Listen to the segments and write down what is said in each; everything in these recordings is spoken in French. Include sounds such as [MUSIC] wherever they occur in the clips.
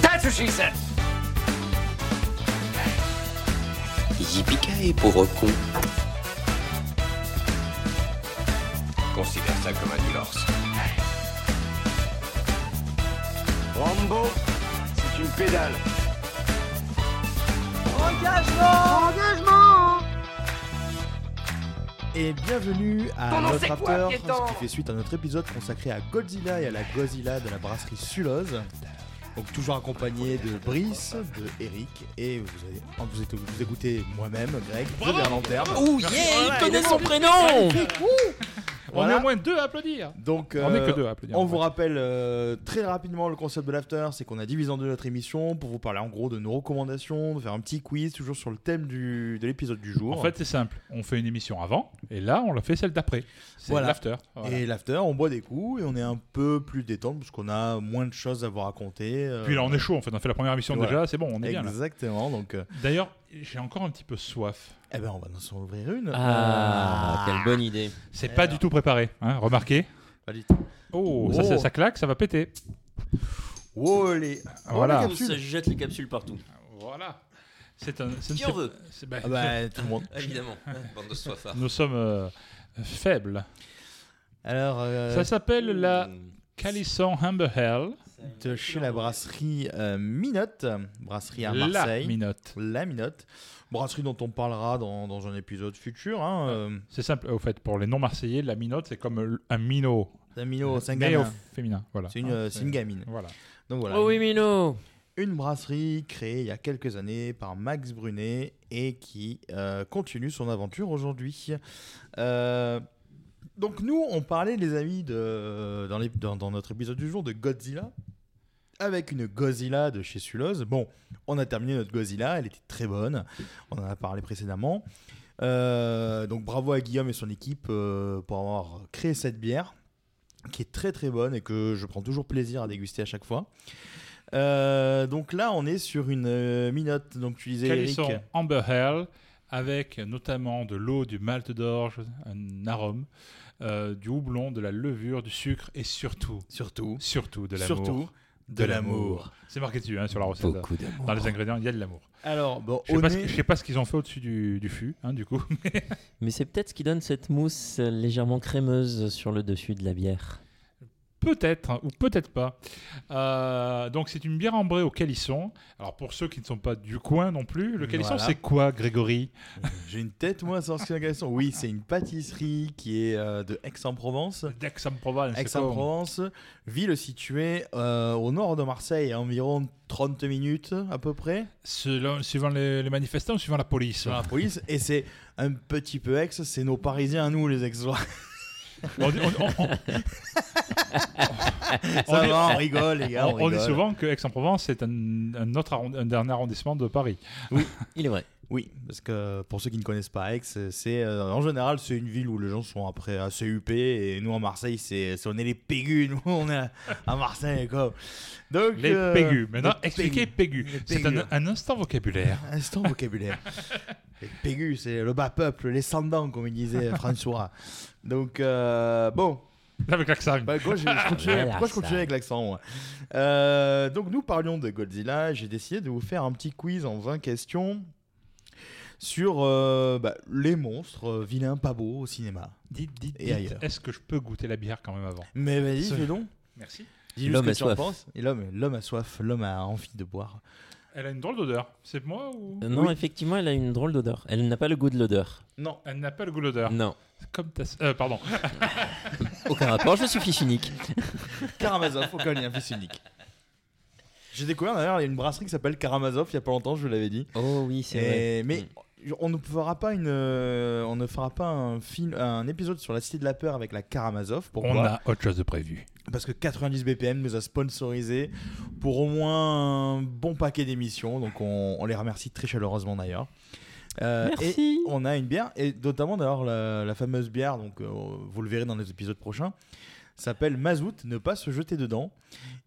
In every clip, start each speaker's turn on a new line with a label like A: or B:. A: That's what she said
B: Yippee pauvre con.
C: Considère ça comme un divorce.
D: Rambo, c'est une pédale.
E: Engagement Engagement
F: Et bienvenue à
E: Ton nom,
F: notre
E: c'est quoi,
F: after,
E: piéton
F: ce qui fait suite à notre épisode consacré à Godzilla et à la Godzilla de la brasserie Suloz. Donc toujours accompagné de Brice, de Eric et vous avez- en vous, êtes- vous écoutez moi-même, Greg, de Berland Herbe.
G: Oh,
H: Ouh, yeah, il connaît son prénom
F: Voilà.
G: On est au moins deux à applaudir.
F: Donc,
G: on est
F: euh,
G: que deux à applaudir.
F: on vous rappelle euh, très rapidement le concept de l'after, c'est qu'on a divisé en deux notre émission pour vous parler en gros de nos recommandations, de faire un petit quiz toujours sur le thème du, de l'épisode du jour.
G: En fait, c'est simple. On fait une émission avant, et là, on la fait celle d'après. C'est
F: Voilà.
G: l'after. Voilà.
F: Et l'after, on boit des coups et on est un peu plus détendu parce qu'on a moins de choses à vous raconter. euh,
G: Puis là, on est chaud, en fait. On a fait la première émission
F: voilà.
G: déjà, c'est bon, on est bien là.
F: Exactement, donc. euh,
G: D'ailleurs, j'ai encore un petit peu soif.
F: Eh ben, on va nous en ouvrir une. Euh,
G: Ah,
B: quelle bonne idée.
G: C'est
F: Eh
G: pas du tout préparé, hein, remarquez.
F: Pas du
G: Oh, Ça,
F: Oh.
G: ça, ça claque, ça va péter.
F: Oh, les...
G: Voilà.
B: Ça jette les capsules partout.
G: Voilà. C'est un. c'est-
B: Qui en veut
G: c'est- bah,
F: Ah bah, tout le monde. [LAUGHS]
B: Évidemment. Bande de [LAUGHS] soifards.
G: Nous sommes euh, faibles.
F: Alors. euh,
G: Ça s'appelle la Calisson Amber Hell.
F: de chez la brasserie euh, Minote, brasserie à
G: La
F: Marseille.
G: Minote.
F: La Minote. Brasserie dont on parlera dans, dans un épisode futur. Hein, euh,
G: C'est simple, au fait, pour les non-marseillais, la minote, c'est comme le- un minot.
F: Un minot, c'est un
G: Mais
F: gamin.
G: au Ah, féminin, voilà.
F: C'est une, euh, c'est une gamine.
G: Voilà.
F: Donc voilà.
H: Oh oui, Mino
F: Une brasserie créée il y a quelques années par Max Brunet et qui euh, continue son aventure aujourd'hui. Euh, donc nous, on parlait, les amis, de, dans, les- dans- dans notre épisode du jour de Godzilla. Avec une Godzilla de chez Suloz. Bon, on a terminé notre Godzilla, elle était très bonne. On en a parlé précédemment. Euh, donc bravo à Guillaume et son équipe euh, pour avoir créé cette bière qui est très très bonne et que je prends toujours plaisir à déguster à chaque fois. Euh, donc là, on est sur une euh, minote. Donc tu disais Eric.
G: Calisson Amber Hell, avec notamment de l'eau, du malt d'orge, un arôme, euh, du houblon, de la levure, du sucre et surtout.
F: Surtout.
G: Surtout de l'amour.
F: Surtout de l'amour.
G: C'est marqué dessus hein, sur la recette.
F: Beaucoup d'amour.
G: Dans les ingrédients, il y a de l'amour.
F: Alors, bon,
G: je sais
F: au
G: pas, ce-
F: nez-
G: je sais pas ce qu'ils ont fait au-dessus du, du fût, hein, du coup. [LAUGHS]
I: Mais c'est peut-être ce qui donne cette mousse euh, légèrement crémeuse sur le dessus de la bière.
G: Peut-être, hein, ou peut-être pas. Euh, donc c'est une bière ambrée au calisson. Alors pour ceux qui ne sont pas du coin non plus, le calisson
F: Voilà.
G: c'est quoi Grégory
F: [LAUGHS] J'ai une tête, moi, sans ce garçon. Oui, c'est une pâtisserie qui est euh, de Aix-en-Provence.
G: D'Aix-en-Provence. c'est quoi
F: Aix-en-Provence, ville située euh, au nord de Marseille, à environ 30 minutes à peu près.
G: Selon- Suivant les, les manifestants ou suivant la police
F: Dans la police. Et c'est un petit peu Aix, c'est nos Parisiens à nous, les Aix.
G: [LAUGHS] On dit- on- on-
F: Ça va, on rigole, les gars, Ah, on
G: [LAUGHS] On, on dit
F: rigole.
G: souvent que Aix-en-Provence c'est un, un autre arrondi- un dernier arrondissement de Paris.
F: Oui,
I: il est vrai.
F: Oui, parce que pour ceux qui ne connaissent pas Aix, c'est euh, en général c'est une ville où les gens sont après assez huppés et nous à Marseille c'est c'est- on est les pégus, nous [LAUGHS] on est à Marseille quoi. Donc
G: Les
F: euh,
G: pégus. Maintenant,
F: les
G: expliquez pégus.
F: Les
G: C'est
F: pégus.
G: un, un instant vocabulaire. [LAUGHS]
F: Instant vocabulaire. les pégus, c'est le bas peuple, les sans-dents comme il disait François. Donc euh, bon.
G: Avec l'accent.
F: Bah, quoi, je, je continue-
G: Voilà
F: pourquoi je continue
G: ça.
F: avec l'accent moi Euh, Donc nous parlions de Godzilla. J'ai décidé de vous faire un petit quiz en 20 questions sur euh, bah, les monstres euh, vilains, pas beaux au cinéma.
G: Dites, dites,
F: Et
G: dites,
F: ailleurs.
G: Est-ce que je peux goûter la bière quand même avant
F: Mais vas-y,
G: Ce-
F: fais donc.
G: Merci.
F: Dis-nous ce
G: L'homme
F: que
G: a
F: tu en
G: soif.
F: penses. Et l'homme, l'homme a soif, l'homme a envie de boire.
G: Elle a une drôle d'odeur. C'est moi ou
I: Euh, non, effectivement, elle a une drôle d'odeur. Elle n'a pas le goût de l'odeur.
F: Non.
G: Elle n'a pas le goût de
F: Mm.
G: l'odeur.
I: Non.
G: C'est Comme ta. s- euh, pardon.
I: Aucun rapport, je suis fiche unique.
F: Karamazov, aucun lien fils unique. J'ai découvert d'ailleurs, il y a une brasserie qui s'appelle Karamazov il y a pas longtemps, je vous l'avais dit.
I: [LAUGHS]
G: Mm.
I: Oh oui, c'est
F: Et- Mais on ne fera pas une, euh, on ne fera pas un film, un épisode sur la Cité de la peur avec la Karamazov. Pourquoi
G: On a autre chose de prévu.
F: Parce que 90 BPM nous a sponsorisé pour au moins un bon paquet d'émissions, donc on, on les remercie très chaleureusement d'ailleurs. Euh,
I: Merci.
F: Et on a une bière, et notamment d'ailleurs la, la fameuse bière, donc euh, vous le verrez dans les épisodes prochains, s'appelle Mazout, ne pas se jeter dedans.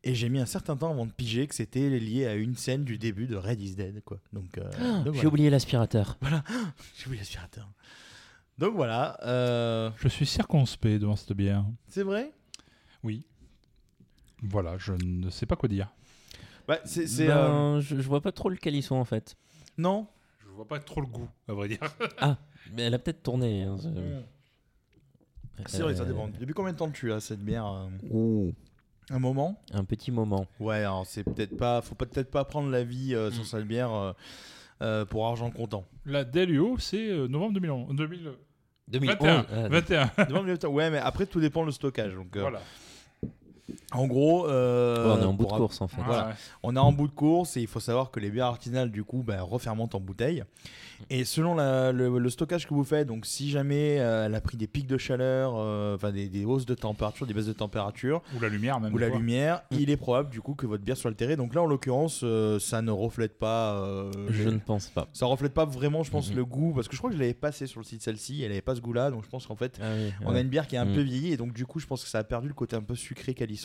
F: Et j'ai mis un certain temps avant de piger que c'était lié à une scène du début de Red is Dead, quoi. Donc, euh,
I: Ah,
F: donc
I: J'ai
F: voilà.
I: oublié l'aspirateur.
F: Voilà, j'ai oublié l'aspirateur. Donc voilà. euh,
G: Je suis circonspect devant cette bière.
F: C'est vrai
G: Oui. Voilà, je ne sais pas quoi dire.
F: Bah, c'est- c'est,
I: Ben,
F: euh,
I: je, je vois pas trop le calisson en fait.
F: Non
G: Je vois pas trop le goût, à vrai dire.
I: Ah, mais elle a peut-être tourné. hein, c'est-
F: C'est vrai, ça
I: Euh,
F: dépend. Depuis combien de temps tu as cette bière euh Un moment
I: Un petit moment.
F: Ouais, alors c'est peut-être pas. Faut pas- peut-être pas prendre la vie euh, sur sa bière euh, euh, pour argent comptant. [LAUGHS]
G: La Delio, c'est euh, novembre 2011. 2000...
F: 2011,
I: Oh, ah,
F: euh,
G: 21. 21.
F: Devant le laptop. ouais, mais après tout dépend le stockage. Donc, euh,
G: Voilà.
F: En gros,
I: Ouais,
F: euh,
I: Oh, on est en bout de
F: pour-
I: course, en fait.
F: Voilà.
I: Ouais, ouais.
F: On est en bout de course et il faut savoir que les bières artisanales du coup ben, refermentent en bouteille. Et selon la- le, le stockage que vous faites, donc si jamais euh, elle a pris des pics de chaleur, euh, enfin des, des hausses de température, des baisses de température,
G: Ou la lumière même.
F: ou la
G: des fois.
F: lumière,
I: Mm.
F: il est probable du coup que votre bière soit altérée. Donc là, en l'occurrence, euh, ça ne reflète pas. euh,
I: Je
F: les-
I: ne pense pas.
F: Ça reflète pas vraiment, je pense,
I: Mhm.
F: le goût, parce que je crois que je l'avais passé sur le site celle-ci, elle avait pas ce goût-là, donc je pense qu'en fait,
I: Ah oui,
F: on
I: ouais.
F: a une bière qui est un
I: Mhm.
F: peu vieillie, et donc du coup, je pense que ça a perdu le côté un peu sucré calisson.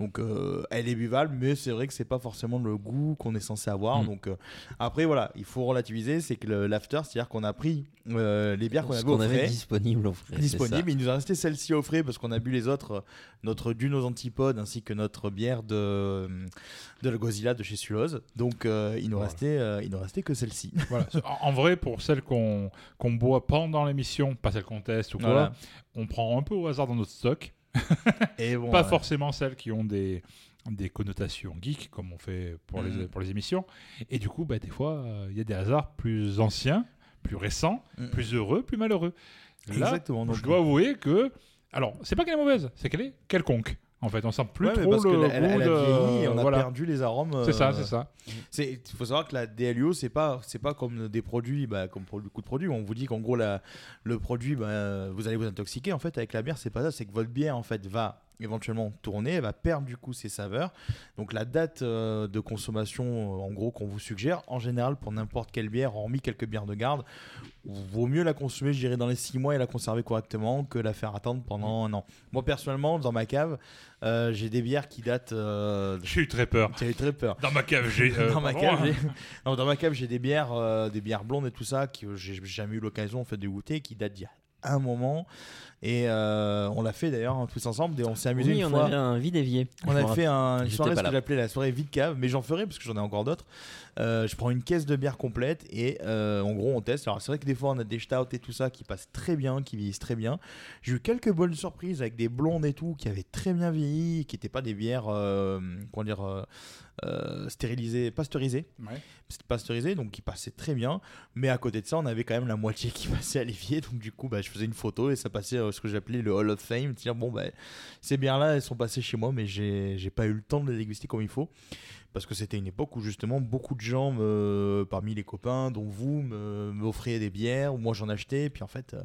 F: Donc euh, elle est buvable, mais c'est vrai que c'est pas forcément le goût qu'on est censé avoir.
I: Mhm.
F: Donc euh, après, voilà, il faut relativiser, c'est que le- l'after, c'est-à-dire qu'on a pris euh, les bières qu'on
I: Ce
F: avait
I: qu'on
F: au
I: avait
F: frais,
I: disponible au frais, c'est
F: disponible.
I: ça.
F: Il nous a resté celle-ci au frais parce qu'on a bu les autres, euh, notre dune aux antipodes ainsi que notre bière de, de la Godzilla de chez Sulose. Donc euh, il nous restait, euh, il nous restait
I: [LAUGHS]
F: que celle-ci. [LAUGHS]
G: Voilà. En, en vrai, pour celles qu'on qu'on boit pendant l'émission, pas celles qu'on teste ou quoi,
F: Voilà.
G: on prend un peu au hasard dans notre stock.
F: Et bon, euh,
G: pas
F: ouais.
G: forcément celles qui ont des, des connotations geek, comme on fait pour les,
F: Mhm.
G: pour les émissions. Et du coup, bah, des fois, euh, il y a des hasards plus anciens, plus récents, plus heureux, plus malheureux. Là,
F: Mm. Exactement, donc-
G: je dois avouer que. Alors, c'est pas qu'elle est mauvaise, c'est qu'elle est quelconque. En fait, on sent plus
F: Ouais, mais
G: trop
F: parce
G: le
F: que la- elle,
G: goût
F: elle a
G: de-
F: vieilli et on a
G: voilà.
F: perdu les arômes.
G: C'est ça,
F: euh,
G: c'est ça.
F: C'est, il faut savoir que la DLUO, c'est pas, c'est pas comme des produits, bah, comme pour le coup de produit. On vous dit qu'en gros, la, le produit, bah, vous allez vous intoxiquer. En fait, avec la bière, c'est pas ça. C'est que votre bière, en fait, va éventuellement tourner, elle va perdre du coup ses saveurs. Donc la date euh, de consommation, euh, en gros, qu'on vous suggère, en général, pour n'importe quelle bière, hormis quelques bières de garde, vaut mieux la consommer, je dirais, dans les 6 mois et la conserver correctement que la faire attendre pendant un an. Moi, personnellement, dans ma cave, euh, j'ai des bières qui datent... euh,
G: J'ai eu très peur.
F: J'ai eu très peur.
G: Dans ma cave, j'ai,
F: [LAUGHS]
G: euh,
F: dans, ma
G: pardon,
F: cave, j'ai...
G: hein.
F: non, dans ma cave, j'ai des bières, euh, des bières blondes et tout ça que j'ai jamais eu l'occasion en fait de goûter, qui datent d'il y a un moment. Et euh, on l'a fait d'ailleurs hein, tous ensemble. Et on s'est amusé
I: Oui,
F: une
I: on
F: fois.
I: avait un vide évier.
F: On
I: Je
F: avait
I: me rappelle.
F: fait un, une
I: J'étais
F: soirée
I: pas
F: ce que
I: là.
F: j'appelais la soirée vide cave, mais j'en ferai parce que j'en ai encore d'autres. Euh, je prends une caisse de bière complète et euh, en gros on teste. Alors c'est vrai que des fois on a des stouts et tout ça qui passent très bien, qui vieillissent très bien. J'ai eu quelques bonnes surprises avec des blondes et tout qui avaient très bien vieilli, qui n'étaient pas des bières, euh, comment dire, euh, euh, stérilisées, pasteurisées.
G: Ouais.
F: C'était pasteurisé donc qui passait très bien. Mais à côté de ça on avait quand même la moitié qui [LAUGHS] passait à l'évier, donc du coup bah, je faisais une photo et ça passait euh, ce que j'appelais le Hall of Fame. Dire bon bah ces bières là elles sont passées chez moi, mais j'ai j'ai pas eu le temps de les déguster comme il faut parce que c'était une époque où justement beaucoup de gens, me- parmi les copains, dont vous, me- m'offraient des bières, ou moi j'en achetais, et puis en fait, euh,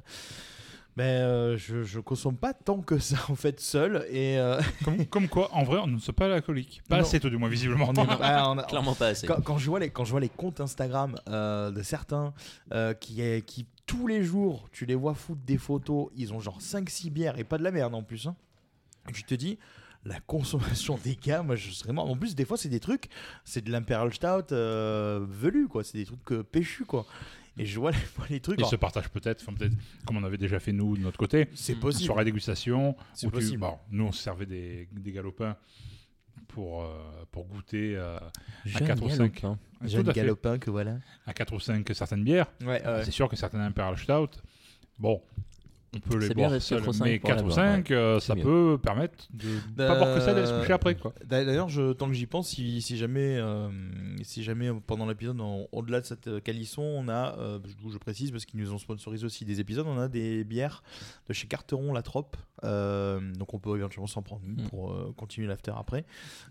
F: ben, euh, je, je consomme pas tant que ça en fait seul. Et euh,
G: comme, quoi, en vrai, on ne sait pas l'alcoolique. Pas assez tôt, du moins, visiblement.
F: on est- bah, on a-
G: Clairement pas assez.
F: Quand, quand je vois les, quand je vois les comptes Instagram euh, de certains euh, qui, est- qui tous les jours, tu les vois foutre des photos, ils ont genre 5-6 bières et pas de la merde en plus. hein. Tu te dis, la consommation des gars, moi je serais mort. En plus, des fois, c'est des trucs, c'est de l'Imperial Stout euh, velu, quoi. C'est des trucs euh, péchus, quoi. Et je vois les, je vois les trucs.
G: [LAUGHS] Ils
F: alors-
G: se partagent peut-être, enfin, peut-être comme on avait déjà fait nous de notre côté.
F: C'est possible.
G: Sur la dégustation.
F: C'est
G: où tu-
F: possible.
G: bon, nous, on se servait des, des galopins pour, euh, pour goûter euh, à
F: Jeune
G: 4 ou 5.
I: hein.
F: galopin. Jeune galopin que voilà.
G: À 4 ou 5 certaines bières.
F: Ouais, ouais.
G: C'est sûr que certaines Imperial Stout, bon, on peut les
F: C'est bien
G: boire
F: d'être
G: seules,
F: quatre ou cinq
G: mais
F: pour la
G: 4 ou
F: boire,
G: 5,
F: ouais.
G: euh,
F: C'est
G: ça
F: mieux. Bah,
G: peut permettre de pas boire que ça, d'aller se
F: Euh,
G: coucher après. quoi.
F: D'a- D'ailleurs, je- tant que j'y pense, si, si jamais, euh, si jamais euh, pendant l'épisode, en- au-delà de cette euh, calisson, on a, euh, je, je précise parce qu'ils nous ont sponsorisé aussi des épisodes, on a des bières de chez Carteron La Trope. Euh, donc on peut éventuellement s'en prendre
G: Mm.
F: une pour euh, continuer l'after après,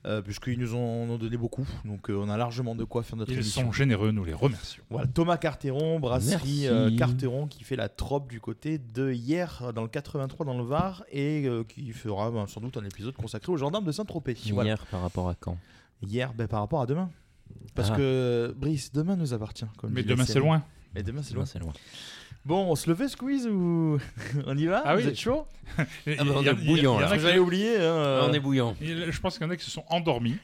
F: euh, puisqu'ils nous ont, ont donné beaucoup, donc euh, on a largement de quoi faire notre
G: Ils
F: émission.
G: sont généreux, nous les remercions.
F: Voilà, Thomas Carteron, brasserie
G: Merci.
F: euh, Carteron, qui fait la trope du côté de hier euh, dans le 83 dans le Var et euh, qui fera ben, sans doute un épisode consacré aux gendarmes de Saint-Tropez.
I: Hier
F: Voilà.
I: par rapport à quand
F: Hier, ben, par rapport à demain. Parce
I: Ah.
F: que Brice, demain nous appartient. Comme
G: Mais
F: dit la
G: demain, c'est
F: série.
G: loin.
F: Mais demain c'est
I: Demain,
F: loin.
I: c'est loin.
F: Bon, on se le fait squeeze ou [LAUGHS] on y va
G: Ah oui. Ah,
F: Vous êtes chaud
G: [LAUGHS] Il- il y en- il- il y en a qui-
F: J'avais oublié. hein.
G: Il- Je pense qu'il y en a qui se sont [LAUGHS] endormis.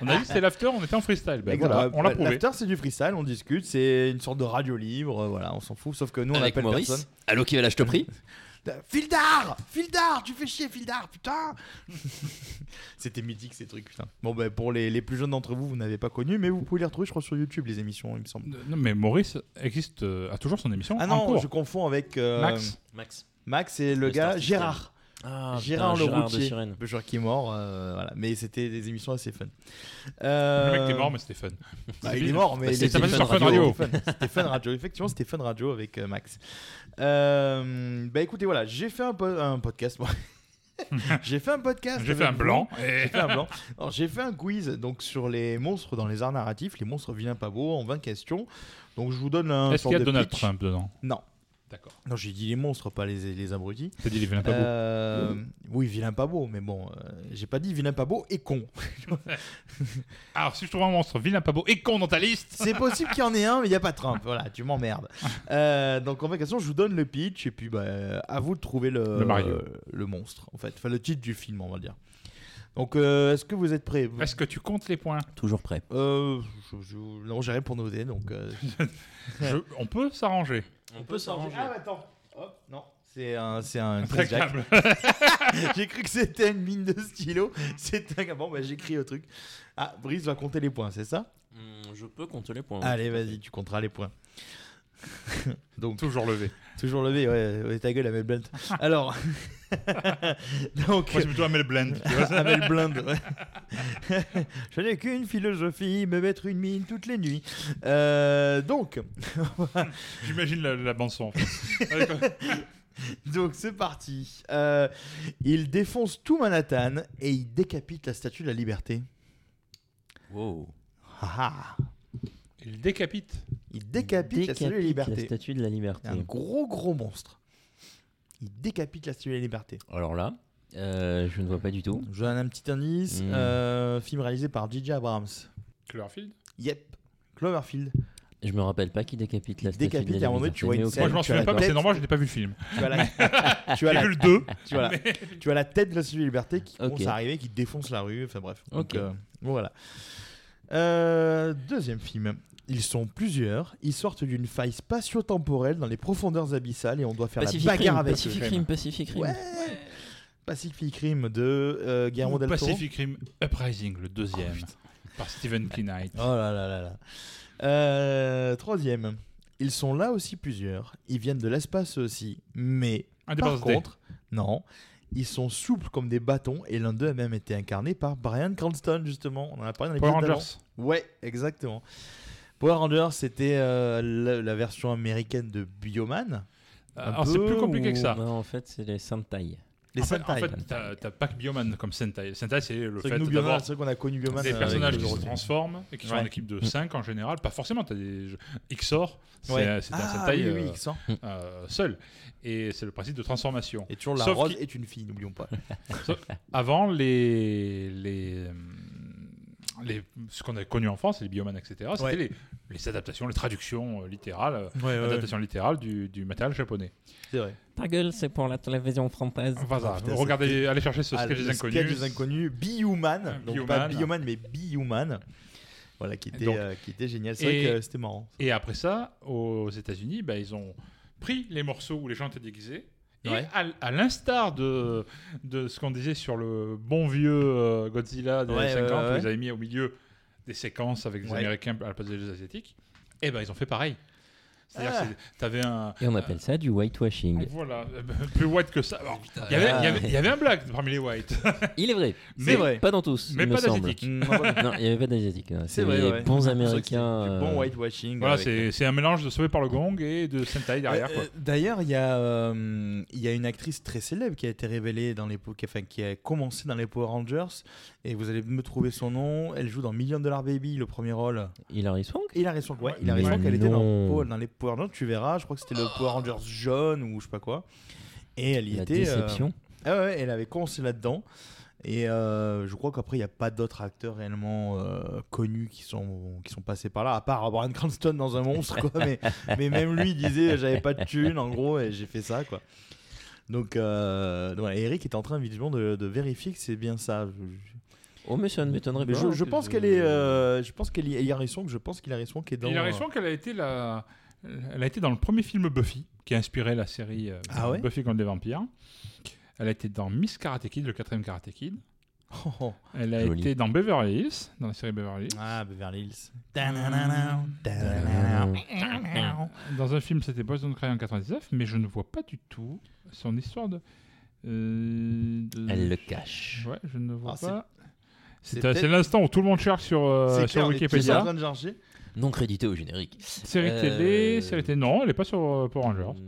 G: on a dit que c'était l'after, on était en freestyle. Ben,
F: Exactement.
G: voilà, on l'a
F: Bah,
G: prouvé.
F: L'after, c'est du freestyle, on discute, c'est une sorte de radio libre, euh, voilà, on s'en fout, sauf que nous, on
B: Avec
F: appelle
B: Maurice.
F: personne. Ben,
B: Allô, qui va là, je te prie
F: Fildar Fildar Tu fais chier, Fildar, putain [LAUGHS] C'était mythique ces trucs, putain. Bon, ben pour les, les plus jeunes d'entre vous, vous n'avez pas connu, mais vous pouvez les retrouver, je crois, sur YouTube, les émissions, il me semble.
G: Non, mais Maurice existe, euh, a toujours son émission.
F: Ah
G: en
F: non,
G: cours.
F: je confonds avec. euh,
G: Max.
I: Max.
F: Max et le
I: Star
F: gars
I: System.
F: Gérard.
I: Ah, putain,
F: Gérard
I: Gérard
F: le
I: de
F: routier.
B: Mm.
I: Sirène.
F: Le joueur qui est mort, euh, voilà. Mais c'était des émissions assez fun.
G: Le
F: Euh,
G: mec est mort, mais c'était fun.
F: Bah, il est mort, mais
G: Parce
F: il
G: que
F: était
G: ça passait sur Fun Radio.
F: C'était fun. C'était fun radio, effectivement, c'était fun radio avec euh, Max. Euh, bah écoutez, voilà, j'ai fait un, po- un podcast.
G: [LAUGHS]
F: moi. j'ai fait un podcast.
G: J'ai fait
F: avec
G: un blanc.
F: vous. J'ai fait un blanc. Alors, j'ai fait un quiz donc sur les monstres dans les arts narratifs, les monstres vilains pas beaux en 20 questions. Donc je vous donne un.
G: Est-ce
F: sort
G: qu'il y
F: de
G: a Donald
F: pitch.
G: Trump dedans
F: Non.
G: D'accord.
F: Non, j'ai dit les monstres, pas les, les abrutis.
G: T'as dit les vilains pas beaux.
F: Euh, oui, vilains pas beaux, mais bon, euh, j'ai pas dit vilains pas beaux et con.
G: Alors, si je trouve un monstre vilain, pas beau et con dans ta liste.
F: C'est possible qu'il y en ait un, mais il n'y a pas Trump. Voilà, tu m'emmerdes. Euh, donc, en fait, question, je vous donne le pitch et puis bah, à vous de trouver le, euh,
G: Le Mario.
F: le monstre, en fait. Enfin, le titre du film, on va dire. Donc, euh, est-ce que vous êtes prêts
G: Est-ce que tu comptes les points
I: Toujours prêt.
F: Euh, je- je- Non, j'ai rien pour noter, donc. euh,
G: Je- On peut s'arranger.
I: On peut s'arranger.
F: Ah, attends. Hop, non. C'est un, c'est un
G: Très
F: Chris Jack.
G: câble.
F: [LAUGHS] j'ai cru que c'était une mine de stylo. C'est un. Bon, bah, j'écris au truc. Ah, Brice va compter les points, c'est ça Hmm,
I: Je peux compter les points.
F: Allez, vas-y, tu compteras les points. [LAUGHS] donc,
G: [LAUGHS] Toujours levé.
F: Toujours levé, ouais, ouais, ta gueule, Amel Blunt. Alors, [LAUGHS] donc,
G: Moi, c'est plutôt Amel Blend. tu vois.
F: Amel Blunt, ouais. [LAUGHS] je n'ai qu'une philosophie, me mettre une mine toutes les nuits. Euh, donc,
G: [LAUGHS]
F: [LAUGHS]
G: J'imagine la, la bande son. en fait. Avec, [LAUGHS] euh,
F: donc c'est parti. Euh, il défonce tout Manhattan et il décapite la statue de la liberté.
I: Wow.
F: Ah, ah.
G: Il décapite.
F: il décapite, la statue de la liberté.
I: statue de la liberté.
F: Un gros, gros monstre. Il décapite la statue de la liberté.
I: Alors là, euh, je ne vois pas du tout.
F: Je vous donne un petit indice.
I: Mm.
F: euh, film réalisé par J.J. Abrams.
G: Cloverfield.
F: Yep. Cloverfield.
I: Je me rappelle pas qui décapite la
F: Il
I: statue
F: décapite,
I: de la
F: et à un moment donné,
I: liberté,
F: tu vois
I: mais
F: une
I: ok.
F: scène.
G: Moi, je m'en
F: tu
G: souviens
F: as
G: pas
F: la
G: parce que c'est
F: tête.
G: normal, je n'ai pas vu le film.
F: Tu as la, [LAUGHS] tu as
G: J'ai
F: la-
G: vu le 2.
F: tu
G: [LAUGHS]
F: as la- tu as la tête de la Statue de la Liberté qui commence
I: Ok.
F: à arriver, qui défonce la rue. Enfin bref. Donc,
I: Ok.
F: euh, bon, voilà. Euh, deuxième film. Ils sont plusieurs. Ils sortent d'une faille spatio-temporelle dans les profondeurs abyssales et on doit faire
I: Pacific
F: la bagarre
I: Rim,
F: avec
I: Pacific
F: eux.
I: Rim, Pacific Rim.
F: Ouais. Pacific Rim de euh, Guillermo del Toro.
G: Pacific Rim Uprising, le deuxième. par Stephen King Knight.
F: Oh là là là là. Euh, troisième. Ils sont là aussi plusieurs. Ils viennent de l'espace aussi. Mais par
G: Independence Day.
F: contre, non. Ils sont souples comme des bâtons et l'un d'eux a même été incarné par Brian Cranston justement. On en a parlé dans
G: Power
F: l'épisode d'avant.
G: Rangers.
F: Ouais, exactement. Power Rangers, c'était euh, la, la version américaine de Bioman. Un
G: Euh, Alors, c'est
F: peu,
G: plus compliqué que ça.
I: Non, en fait, c'est les Sentai.
F: oh, Les
G: en fait,
F: Sentai.
G: en fait, t'as t'as pas que Bioman comme Sentai. Sentai, c'est le
F: c'est vrai
G: fait
F: que nous, Bioman,
G: d'avoir
F: c'est vrai qu'on a connu Bioman.
G: des
F: euh,
G: personnages
F: avec
G: qui se
F: Bioman.
G: transforment et qui sont
F: Ouais.
G: en équipe de 5 en général. Pas forcément, t'as des jeux- XOR, c'est
F: Ouais.
G: c'est un
F: Ah,
G: Sentai
F: oui,
G: euh,
F: oui, oui, Xor.
G: euh, seul. Et c'est le principe de transformation.
F: Et toujours la
G: Sauf
F: Rose
G: qu'il-
F: est une fille, n'oublions pas.
G: Avant, les, les, euh, les- ce qu'on a connu en France, les Bioman, etc., c'était
F: Ouais.
G: les, les adaptations, les traductions euh, littérales, euh,
F: Ouais, ouais,
G: adaptations littérales du, du matériel japonais.
F: C'est
G: [LAUGHS]
F: vrai.
I: Ta gueule, c'est pour la télévision française.
G: Voilà,
F: putain,
G: regardez, allez chercher ce
F: Ah,
G: sketch
F: le
G: des inconnus.
F: sketch des inconnus,
G: Ah,
F: Bioman, donc pas
G: Bioman.
F: Bioman mais Bioman, voilà qui était
G: Donc,
F: euh, qui était génial. C'est vrai
G: et-
F: que euh, c'était marrant.
G: Et après ça, aux États-Unis, bah, ils ont pris les morceaux où les gens étaient déguisés. Et
F: Ouais.
G: à, à l'instar de, de ce qu'on disait sur le bon vieux euh, Godzilla des
F: Ouais,
G: années 50,
F: ouais, ouais.
G: où ils avaient mis au milieu des séquences avec des
F: Ouais.
G: eh Américains à la place des Asiatiques, et ben ils ont fait pareil. C'est-à-dire
F: Ah.
G: que c'est- t'avais un.
I: Et on appelle ça du whitewashing.
G: Voilà, [LAUGHS] euh, plus white que ça. Alors, il y avait- il y
F: Ah.
G: avait- il y avait un black parmi les
F: [LAUGHS]
G: whites.
I: Il est vrai.
G: Mais-
I: Mais
G: [LAUGHS]
I: pas dans tous.
G: Mais
I: il
G: pas
I: me semble.
G: d'asiatiques.
I: non, il n'y avait pas d'asiatiques. non. C'est les
F: ouais.
I: bons
F: Ceux qui-
I: américains.
F: du bon
I: euh,
F: whitewashing.
G: Voilà,
F: avec-
G: c'est c'est un mélange de Sauvé par le Gong et de Sentai derrière.
F: Euh,
G: quoi.
F: euh, D'ailleurs, il y, a, euh, il y a une actrice très célèbre qui a été révélée dans les po- qui- enfin, qui a commencé dans les Power Rangers et vous allez me trouver son nom. Elle joue dans Million Dollar Baby, le premier rôle.
I: Hilary Swank
F: Hilary Swank, ouais. Hilary
I: Mais
F: Swank, elle était dans,
I: non.
F: Power- dans les Power Rangers, tu verras. Je crois que c'était le Power Rangers jaune ou je sais pas quoi. Et elle y
I: La
F: était. euh,
I: déception.
F: ah ouais, elle avait commencé là-dedans. Et euh, je crois qu'après, il n'y a pas d'autres acteurs réellement euh, connus qui sont, qui sont passés par là, à part Brian Cranston dans un monstre, quoi.
G: [LAUGHS]
F: mais, mais même lui, il disait J'avais pas de thune, en gros, et j'ai fait ça, quoi. Donc, euh, donc voilà, Eric est en train, visiblement, de, de vérifier que c'est bien ça.
I: Oh, mais ça ne m'étonnerait
F: Mais
I: pas,
F: Je,
I: hein,
F: je
I: que
F: pense
I: je-
F: qu'elle est. euh, je pense qu'elle y- Hilary Swank, je pense qu'Hilary Swank est dans.
G: Il a
I: euh,
G: raison qu'elle a été la... elle a été dans le premier film Buffy qui a inspiré la série euh,
F: Ah ouais
G: Buffy contre les vampires. Elle a été dans Miss Karate Kid, le quatrième Karate Kid.
F: oh.
G: Elle a
F: Joli.
G: été dans Beverly Hills, dans la série Beverly Hills.
F: Ah, Beverly Hills. Ah.
G: Dans un film, c'était Poison Cry en 99, mais je ne vois pas du tout son histoire de. euh, de-
I: Elle le cache.
G: Ouais, je ne vois
F: Ah, c'est-
G: pas.
F: c'est
G: C'est euh, c'est
F: peut-être-
G: l'instant où tout le monde cherche sur, euh,
F: C'est
G: sur
F: clair, mais qui est en
G: Wikipédia.
F: train de chercher
I: Non crédité au générique.
G: Série
I: Euh,
G: télé, série télé. Non, elle n'est pas sur euh, Power Rangers.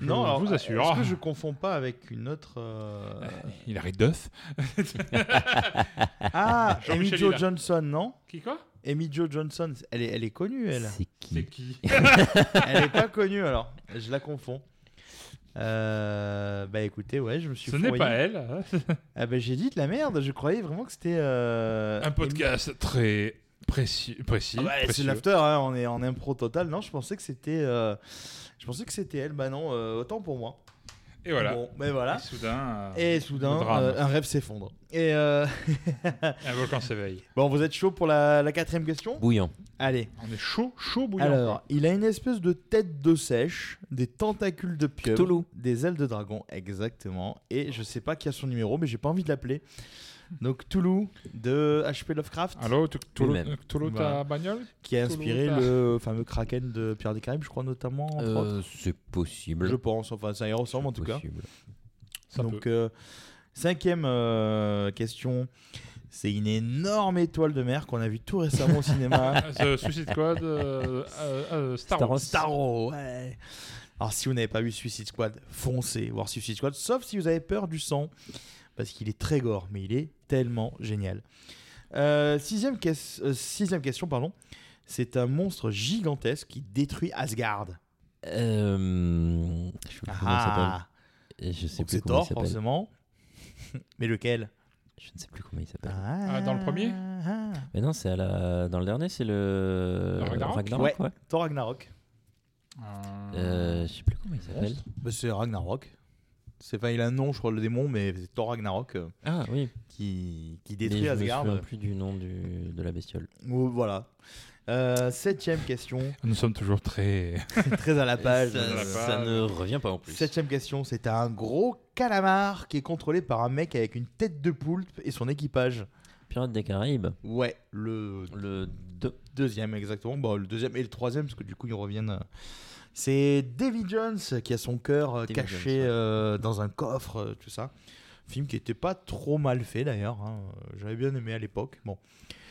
G: Je
F: Non, alors, euh,
G: vous assure.
F: Est-ce que je confonds pas avec une autre. euh,
G: Il arrête d'œuf.
F: [LAUGHS] [LAUGHS] ah,
G: Jean-Michel
F: Amy Jo
G: Hillard.
F: Johnson, non
G: Qui quoi
F: Amy Jo Johnson, elle est, elle est connue, [LAUGHS] elle.
I: C'est qui
G: C'est qui
F: Elle est pas connue, alors. Je la confonds. Euh, bah écoutez, ouais, je me suis
G: Ce n'est
F: fourvoyé.
G: pas elle. hein.
F: Ah bah j'ai dit de la merde, je croyais vraiment que c'était. euh,
G: Un podcast très précis. précis
F: Ah bah, c'est
G: précieux.
F: l'after, hein, on est en impro total. Non, je pensais que c'était. euh, Je pensais que c'était elle, bah non, euh, autant pour moi.
G: Et voilà.
F: Bon, mais voilà.
G: Et soudain. euh,
F: Et soudain,
G: le drame.
F: euh, un rêve s'effondre. Et euh, [LAUGHS]
G: Un volcan s'éveille.
F: bon, vous êtes chaud pour la, la quatrième question
I: Bouillant.
F: Allez.
G: On est chaud, chaud bouillant.
F: Alors, il a une espèce de tête de sèche, des tentacules de pieuvre,
I: Cthulhu.
F: des ailes de dragon, exactement. Et je sais pas qui a son numéro, mais j'ai pas envie de l'appeler. Donc Toulouse de H.P. Lovecraft,
G: Allô, tu- Toulo-
I: Lui-même.
G: Toulo, ta
F: Voilà.
G: bagnole
F: qui a inspiré
G: Cthulhu,
F: le fameux Kraken de Pierre des Caraïbes, je crois notamment. entre autres.
I: Euh, c'est possible.
F: Je pense, enfin ça y ressemble en tout cas.
I: Possible.
G: Ça
F: Donc,
G: peut.
F: euh, cinquième euh, question. C'est une énorme étoile de mer qu'on a vue tout récemment au cinéma.
G: Ah, The Suicide Squad, euh, euh, euh, Star
I: Star
G: Wars.
I: Wars.
F: Star Wars, ouais. Alors, si vous n'avez pas vu Suicide Squad, foncez voir Suicide Squad, sauf si vous avez peur du sang, parce qu'il est très gore, mais il est tellement génial. Euh, sixième, ques- euh, sixième question, pardon. C'est un monstre gigantesque qui détruit Asgard.
I: Euh, je sais plus comment il s'appelle.
F: Ah,
I: Et Je sais
F: donc
I: plus
F: c'est
I: comment il
F: Thor,
I: s'appelle.
F: forcément. [LAUGHS] mais lequel
I: Je ne sais plus comment il s'appelle.
G: Ah, dans le premier
F: ah.
I: Mais non, c'est à la... dans le dernier, c'est le.
G: Ragnarok
I: Ragnarok, ouais.
F: Thor Ragnarok.
G: Euh,
I: Euh, je sais plus comment il s'appelle.
F: Bah, c'est Ragnarok. C'est pas il a un nom, je crois, le démon, mais c'est Thor Ragnarok euh,
I: Ah oui.
F: qui, qui
I: Mais
F: détruit
I: je
F: Asgard.
I: me souviens plus du nom du... de la bestiole.
F: Ou- Voilà. Euh, septième [LAUGHS] question,
G: Nous sommes toujours très.
F: très à la page.
I: ça,
F: Euh,
I: ça ne revient pas en plus.
F: septième question, c'est un gros calamar qui est contrôlé par un mec avec une tête de poulpe et son équipage.
I: Pirates des Caraïbes,
F: Ouais, le
I: le 2.
F: deuxième exactement. Bon, le deuxième et le troisième, parce que du coup ils reviennent. euh, C'est Davy Jones qui a son cœur euh,
I: Davy
F: caché
I: Jones, ouais.
F: euh, dans un coffre, euh, tout ça. Film qui était pas trop mal fait d'ailleurs. hein. J'avais bien aimé à l'époque. Bon,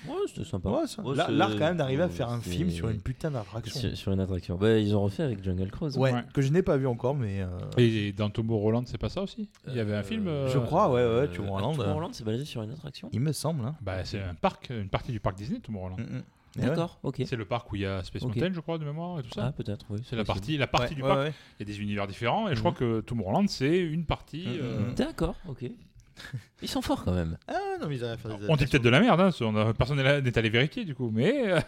I: Ouais, c'était sympa.
F: Ouais, ça-
I: Ouais,
F: là,
I: Oh, c'est-
F: l'art quand même d'arriver à
I: ouais,
F: faire un
I: c'est-
F: film sur une putain d'attraction.
I: Sur, sur une attraction. Bah, ils ont refait avec Jungle Cruise.
F: Ouais,
G: Ouais.
F: que je n'ai pas vu encore, mais. euh,
G: Et dans Tomorrowland, c'est pas ça aussi Il y avait un
I: Euh,
G: film. euh,
F: je crois, ouais, ouais,
I: Euh,
F: Tomorrowland.
I: ah, Tomorrowland, c'est basé sur une attraction.
F: Il me semble. hein.
G: Bah, c'est un parc, une partie du parc Disney, Tomorrowland.
F: Mais Eh ouais.
I: D'accord, ok.
G: C'est le parc où il y a Space
I: Ok.
G: Mountain, je crois, de mémoire, et tout ça.
I: Ah, peut-être, oui.
G: c'est la
I: possible.
G: partie, la partie
F: Ouais,
G: du
F: ouais,
G: parc.
F: ouais.
G: Il y a des univers différents, et je crois que Tomorrowland, c'est une partie.
F: Mhm.
G: euh,
I: D'accord,
F: [LAUGHS]
I: ok. Ils sont forts quand même.
F: Ah non, mais ils arrivent à faire des
G: On dit peut-être de la merde, hein, ce- on a- personne n'est là- n'est allé vérifier du coup, mais euh,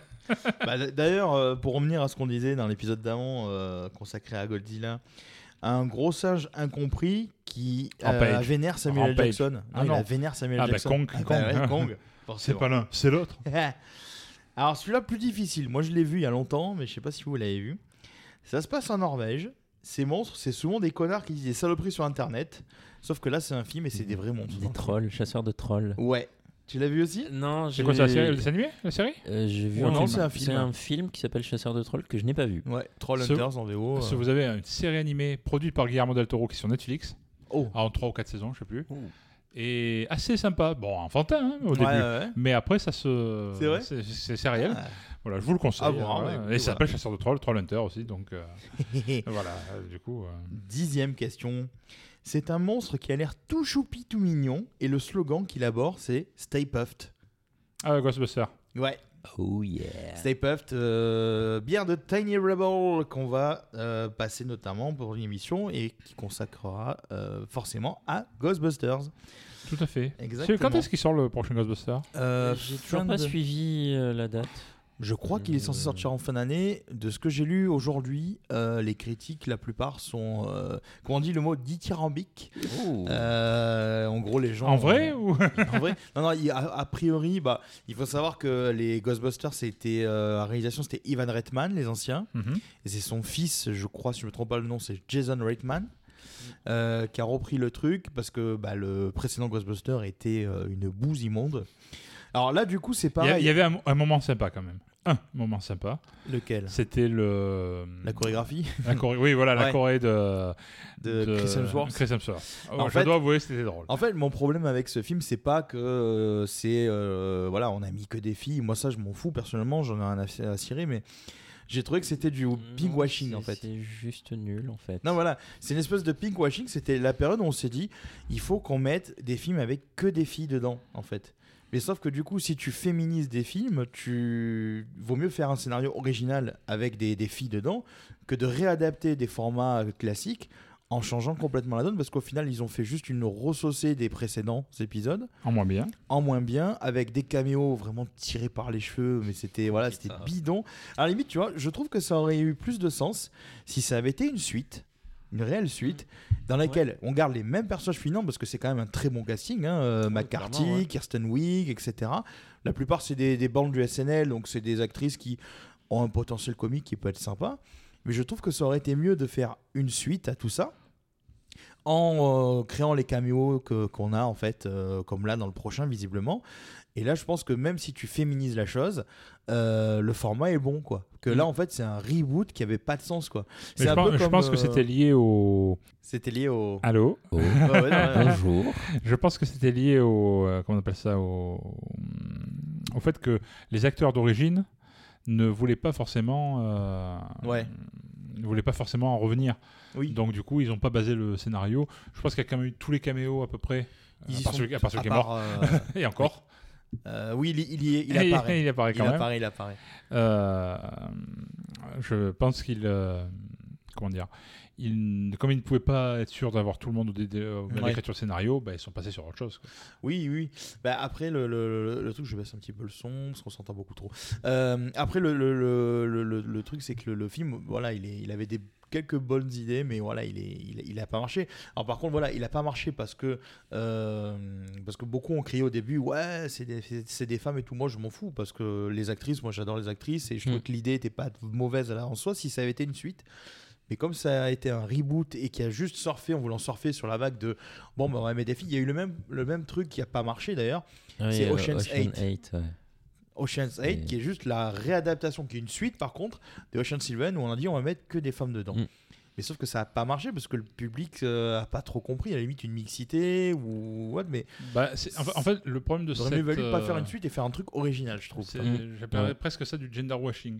F: Bah, d- D'ailleurs, euh, pour revenir à ce qu'on disait dans l'épisode d'avant euh, consacré à Godzilla, un gros singe incompris qui euh,
G: Rampage.
F: vénère Samuel L.
G: Rampage.
F: Jackson. Non,
G: Ah
F: il
G: non.
F: a vénère Samuel
G: Ah, bah,
F: Jackson.
G: Kong, Kong.
F: ouais,
G: [LAUGHS]
F: Kong,
G: [LAUGHS] c'est
F: forcément.
G: pas l'un, c'est l'autre.
F: [LAUGHS] Alors celui-là plus difficile. Moi je l'ai vu il y a longtemps, mais je sais pas si vous l'avez vu. Ça se passe en Norvège. Ces monstres, c'est souvent des connards qui disent des Euh, saloperies sur Internet. Sauf que là, c'est un film et c'est des vrais monstres. hein.
I: Des trolls, chasseurs de trolls.
F: Ouais. Tu l'as vu aussi
I: Non,
G: C'est quoi, c'est la série- le dessin animé, la série
I: Euh, J'ai vu
F: Oh
G: Ou
I: un
G: non,
I: film.
G: c'est un
I: C'est
G: film.
I: un film qui s'appelle Chasseur de trolls que je n'ai pas vu.
F: Ouais,
G: Si- Si
F: euh.
G: vous avez une série animée produite par Guillermo del Toro qui est sur Netflix, Ah, en 3 ou 4 saisons, je sais plus, et assez sympa. Bon, enfantin hein, au
F: Ouais,
G: début,
F: ouais, ouais.
G: mais après ça se.
F: C'est vrai
G: C'est c'est sériel. Voilà, je vous le conseille.
F: Ah bon,
G: voilà.
F: bah, écoute,
G: et ça
F: voilà.
G: s'appelle Chasseur de Trolls, Troll Hunter aussi, donc euh, voilà, euh, du coup. euh,
F: Ah. [LAUGHS] Dixième question. C'est un monstre qui a l'air tout choupi, tout mignon, et le slogan qu'il aborde, c'est Stay Puffed.
G: Ah, Ghostbuster.
F: Ouais.
I: Oh yeah.
F: Eh. Stay Puffed, euh, bière de Tiny Rebel qu'on va euh, passer notamment pour une émission et qui consacrera euh, forcément à Ghostbusters.
G: Tout à fait.
F: Exactement.
G: C'est- Quand est-ce qu'il sort le prochain Ghostbuster
F: Euh,
I: J'ai toujours
F: fin
I: pas
F: de- Hmm.
I: suivi euh, la date.
F: Je crois qu'il est censé sortir en fin d'année. De ce que j'ai lu aujourd'hui, euh, les critiques, la plupart sont, euh, comment on dit le mot, dithyrambique. Euh, Oh. en gros, les gens.
G: En vrai ou
F: [LAUGHS] En vrai Non, non. il- A, a priori, bah, il faut savoir que les Ghostbusters, c'était euh, la réalisation, c'était Ivan Reitman, les anciens.
G: Mhm.
F: Et c'est son fils, je crois, si je me trompe pas le nom, c'est Jason Reitman.
G: Mm.
F: euh, qui a repris le truc parce que bah, le précédent Ghostbuster était euh, une bouse immonde. Alors là, du coup, c'est
G: Il
F: [LAUGHS]
G: y,
F: pareil.
G: a- il y avait un, mo- un moment sympa quand même. Un moment sympa.
F: Lequel
G: C'était le.
F: La chorégraphie
G: La choré- Oui, voilà, la
F: Ouais.
G: choré de.
F: de, Chris Hemsworth.
G: Chris Hemsworth.
F: En
G: je
F: fait-
G: dois avouer, c'était drôle.
F: En fait, mon problème avec ce film, c'est pas que euh, c'est euh, voilà, on a mis que des filles. Moi, ça, je m'en fous personnellement, j'en ai rien à fi- à cirer, mais j'ai trouvé que c'était
G: Mm,
F: du pinkwashing en fait.
I: C'est juste nul en fait.
F: Non, voilà, c'est une espèce de pinkwashing. C'était la période où on s'est dit, il faut qu'on mette des films avec que des filles dedans, en fait. Mais sauf que du coup, si tu féminises des films, tu vaut mieux faire un scénario original avec des, des filles dedans que de réadapter des formats euh, classiques en changeant complètement la donne parce qu'au final, ils ont fait juste une ressaucée des précédents épisodes
G: En moins bien.
F: en moins bien, avec des caméos vraiment tirés par les cheveux, mais c'était voilà, c'était bidon. À la limite, tu vois, je trouve que ça aurait eu plus de sens si ça avait été une suite, une réelle suite, dans laquelle on garde les mêmes personnages finants, parce que c'est quand même un très bon casting, hein, euh, McCarthy,
I: clairement, ouais.
F: Kirsten Wiig, etc. La plupart, c'est des, des bandes du SNL, donc c'est des actrices qui ont un potentiel comique qui peut être sympa. Mais je trouve que ça aurait été mieux de faire une suite à tout ça en euh, créant les caméos que- qu'on a en fait, euh, comme là dans le prochain visiblement. Et là, je pense que même si tu féminises la chose, euh, le format est bon quoi. Que là, en fait, c'est un reboot qui avait pas de sens quoi.
G: Mm. Mais
F: C'est
G: je,
F: un
G: pense,
F: peu
G: je
F: comme,
G: pense
F: euh,
G: que c'était lié au.
F: C'était lié au.
G: Allô
F: Oh. Ouais, ouais, ouais, ouais.
I: Bonjour.
G: Je pense que c'était lié au. euh, comment on appelle ça au, mm, au fait que les acteurs d'origine ne voulaient pas forcément. euh, Ne voulaient pas forcément en revenir. Donc, du coup, ils n'ont pas basé le scénario. Je pense qu'il y a quand même eu tous les caméos à peu près.
F: Ils
G: à
F: y
G: part
F: sont
G: celui, à part
F: tous-
G: celui
F: à
G: qui est
F: part,
G: mort. [LAUGHS]
F: euh,
G: Et encore.
F: Euh, oui, il, il, y est- il
G: Et-
F: apparaît.
G: [LAUGHS] Il apparaît quand
F: il
G: même.
F: Apparaît, il apparaît.
G: Euh, je pense qu'il. euh, comment dire il, Comme ils ne pouvaient pas être sûrs d'avoir tout le monde au dé- dé- au- à
F: Ouais.
G: l'écriture de scénario, bah, ils sont passés sur autre chose. quoi.
F: Oui, oui. Bah, après, le, le, le- le truc, je baisse un petit peu le son, parce qu'on s'entend beaucoup trop. Euh, après, le, le, le, le- le- le truc, c'est que le, le film, voilà, il, est, il avait des quelques bonnes idées mais voilà il est il, il a pas marché alors par contre voilà il a pas marché parce que euh, parce que beaucoup ont crié au début ouais c'est des, c'est- c'est des femmes et tout moi je m'en fous parce que les actrices moi j'adore les actrices et je trouve
I: Mm.
F: que l'idée était pas mauvaise en soi si ça avait été une suite mais comme ça a été un reboot et qui a juste surfé en voulant surfer sur la vague de bon, bah, on va mettre des filles, il y a eu le même, le même truc qui a pas marché d'ailleurs.
I: Oui,
F: c'est
I: euh,
F: Ocean's
I: Ocean
F: 8.
I: Eight, ouais.
F: Ocean's
G: Mm.
F: 8, qui est juste la réadaptation, qui est une suite par contre de Ocean's Eleven où on a dit on va mettre que des femmes dedans.
G: Mm.
F: Mais sauf que ça a pas marché parce que le public euh, a pas trop compris, à la limite une mixité ou what, mais.
G: Bah, c'est- en, fait, en fait, le problème de
F: J'aurais
G: cette,
F: mieux valu pas
G: euh,
F: faire une suite et faire un truc original, je trouve.
G: c'est-
F: Mm.
G: J'appellerais
F: Ouais.
G: presque ça du gender washing.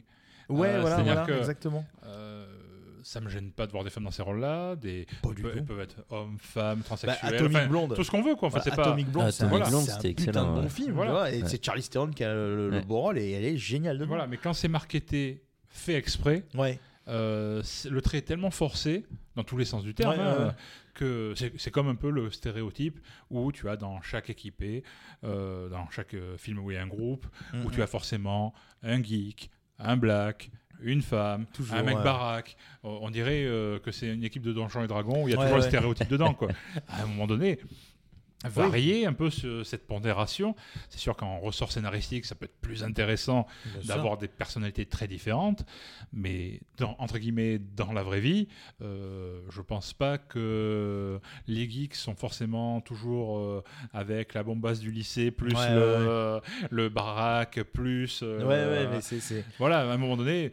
F: Ouais, voilà,
G: c'est-à-dire
F: voilà, exactement.
G: euh, ça me gêne pas de voir des femmes dans ces rôles-là. Des...
F: Pas
G: ils
F: du
G: peuvent-
F: tout. Bah,
G: Ils peuvent être hommes, femmes, transsexuels.
F: Atomic
G: enfin,
F: Blonde.
G: Tout ce qu'on veut, quoi. Enfin,
F: Voilà,
G: c'est pas- Ah,
F: Atomic Blonde, c'est un,
G: Voilà.
F: c'est un putain de bon film.
G: Voilà.
F: tu vois, et c'est Charlie Theron qui a le, le beau rôle et elle est géniale dedans.
G: Voilà, mais quand c'est marketé fait exprès, euh, c'est- le trait est tellement forcé, dans tous les sens du terme,
F: Ouais, ouais,
G: hein,
F: ouais.
G: que c'est c'est comme un peu le stéréotype où tu as dans chaque équipé, euh, dans chaque euh, film où il y a un groupe, où
F: Mhm.
G: tu as forcément un geek, un black. Une femme,
F: Toujours,
G: un mec
F: ouais.
G: baraque. Euh, On dirait euh, que c'est une équipe de Donjons et Dragons où il y a
F: Ouais,
G: toujours le
F: [LAUGHS] ouais.
G: stéréotype dedans. Quoi. À un moment donné, varier un peu ce- cette pondération. C'est sûr qu'en ressort scénaristique, ça peut être plus intéressant
F: Bien sûr.
G: d'avoir des personnalités très différentes, mais dans- entre guillemets, dans la vraie vie, euh, je pense pas que les geeks sont forcément toujours euh, avec la bombasse du lycée, plus
F: Ouais,
G: le, euh, le baraque, plus... euh,
F: Ouais, ouais, mais c'est- c'est-
G: Voilà, à un moment donné... euh,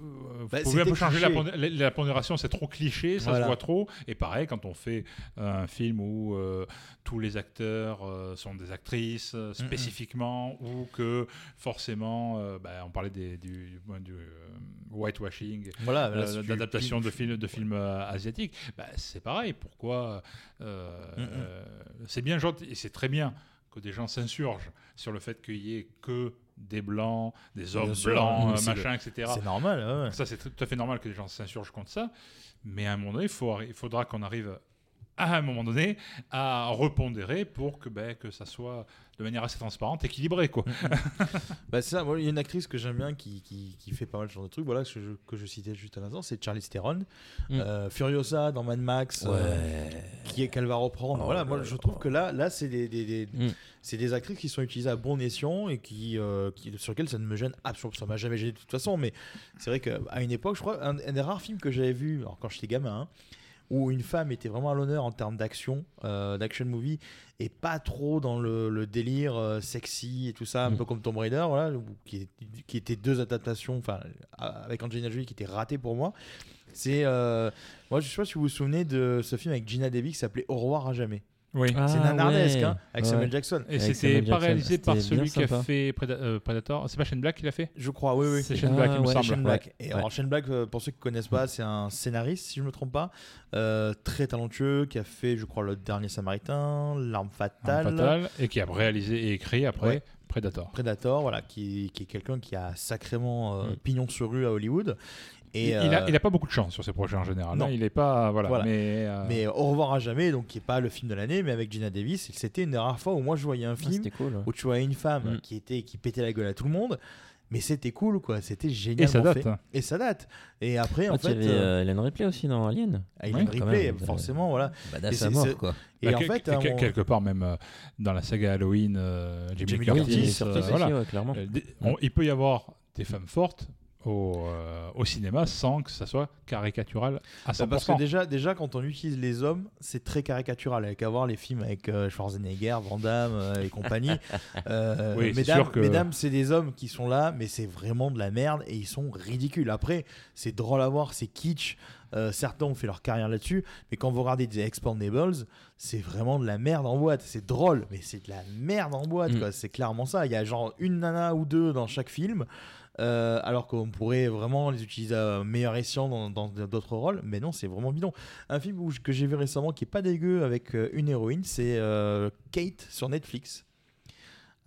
G: Vous
F: Bah,
G: pouvez un
F: c'était
G: peu changer la,
F: cliché.
G: pondé- la- la pondération, c'est trop cliché, ça
F: Voilà.
G: se voit trop. Et pareil, quand on fait un film où euh, tous les acteurs euh, sont des actrices euh,
F: Mm, mm.
G: spécifiquement, ou que forcément, euh, bah, on parlait des- du, du, du, euh, whitewashing,
F: Voilà,
G: euh,
F: la- du-
G: d'adaptation
F: du-
G: de, films de films euh, asiatiques, bah, c'est pareil. Pourquoi euh,
F: Mm, mm.
G: euh, C'est bien gentil, et c'est très bien que des gens s'insurgent sur le fait qu'il y ait que des blancs, des
F: Bien
G: hommes
F: sûr,
G: blancs,
F: mais
G: euh,
F: c'est
G: machin,
F: le-
G: etc.
F: c'est normal, ouais, ouais.
G: Ça, c'est tout à fait normal que les gens s'insurgent contre ça. Mais à un moment donné, il faut arri- il faudra qu'on arrive à un moment donné à repondérer pour que, ben, que ça soit de manière assez transparente, équilibrée. Quoi.
F: Mm. Bah c'est ça, moi, il y a une actrice que j'aime bien qui, qui, qui fait pas mal ce genre de trucs, voilà, que je, que je citais juste à l'instant, c'est Charlie Theron. Euh, Furiosa dans Mad Max, euh, qui est qu'elle va reprendre.
G: Oh
F: voilà,
G: là
F: moi
G: là
F: je trouve que là, là c'est des, des, des- c'est des actrices qui sont utilisées à bon escient et qui, euh, qui- sur lesquelles ça ne me gêne absolument, ça m'a jamais gêné de toute façon, mais c'est vrai qu'à une époque, je crois, un, un des rares films que j'avais vu, alors quand j'étais gamin, hein, où une femme était vraiment à l'honneur en termes d'action, euh, d'action movie, et pas trop dans le, le délire euh, sexy et tout ça, un peu comme Tomb Raider, voilà, ou- qui, est- qui étaient deux adaptations, enfin, a- avec Angelina Jolie qui était ratée pour moi. C'est, euh, moi, je sais pas si vous vous souvenez de ce film avec Gina Davis qui s'appelait Au revoir à jamais. c'est
G: Ah,
F: nanardesque,
G: ouais.
F: hein, avec Samuel
G: Ouais.
F: Jackson.
G: Et c'était pas réalisé par celui qui a fait Preda- euh, Predator. C'est pas Shane Black qui l'a fait
F: Je crois, oui, oui.
G: C'est Shane Black, il me
F: Ouais,
G: semble.
F: Shane Black.
G: Ouais.
F: Et alors, Shane Black, euh, pour ceux qui ne connaissent pas, c'est un scénariste, si je ne me trompe pas, euh, très talentueux, qui a fait, je crois, Le Dernier Samaritain, L'Arme Fatale.
G: Arme fatale, et qui a réalisé et écrit après
F: Ouais.
G: Predator.
F: Predator, voilà, qui, qui est quelqu'un qui a sacrément euh, pignon sur rue à Hollywood. Et,
G: Mm. il, il
F: euh,
G: a, il a pas beaucoup de chance sur ses projets en général.
F: Non.
G: hein. Il est pas. Voilà.
F: Voilà.
G: Mais, euh,
F: Mais Au revoir à jamais, donc qui est pas le film de l'année, mais avec Gina Davis, et que c'était une des rares fois où moi je voyais
G: Ah,
F: un
I: Ah,
F: film où tu voyais une femme
I: Mm.
F: qui était qui pétait la gueule à tout le monde, mais c'était cool quoi, c'était génial.
I: ça date.
F: Et ça date. Et après en
I: Ah,
F: fait,
I: Il y avait
F: euh,
I: euh, Ellen Ripley aussi dans Alien.
F: Ah, Ellen
I: Ouais, quand
F: Ripley,
I: même.
F: forcément, voilà.
I: Badass
F: Et
I: à
F: c'est-
I: mort,
F: c'est-
I: quoi.
F: Et
G: bah,
F: en
G: que-
F: fait,
G: que-
F: à un
G: que-
F: moment-
G: quelque part, même euh, dans la saga Halloween, euh, Jimmy,
F: Jimmy
G: Curtis,
F: Curtis,
G: euh,
F: surtout aussi,
G: voilà.
F: ouais, clairement.
G: Euh, des- on- il peut y avoir des femmes fortes au, euh, au cinéma sans que ça soit caricatural à 100%.
F: Bah, parce que déjà, déjà, quand on utilise les hommes, c'est très caricatural. Avec avoir les films avec euh, Schwarzenegger, Van Damme euh,
I: [LAUGHS]
F: et compagnie. Euh,
G: Oui, c'est
F: mesdames,
G: sûr que-
F: mesdames, c'est des hommes qui sont là, mais c'est vraiment de la merde et ils sont ridicules. Après, c'est drôle à voir, c'est kitsch. Euh, certains ont fait leur carrière là-dessus, mais quand vous regardez des Expandables, c'est vraiment de la merde en boîte. C'est drôle, mais c'est de la merde en boîte.
I: Mm.
F: quoi. C'est clairement ça. Il y a genre une nana ou deux dans chaque film. Euh, alors qu'on pourrait vraiment les utiliser à meilleur escient dans dans d'autres rôles, mais non, c'est vraiment bidon. Un film où je- que j'ai vu récemment qui est pas dégueu avec euh, une héroïne, c'est euh, Kate sur Netflix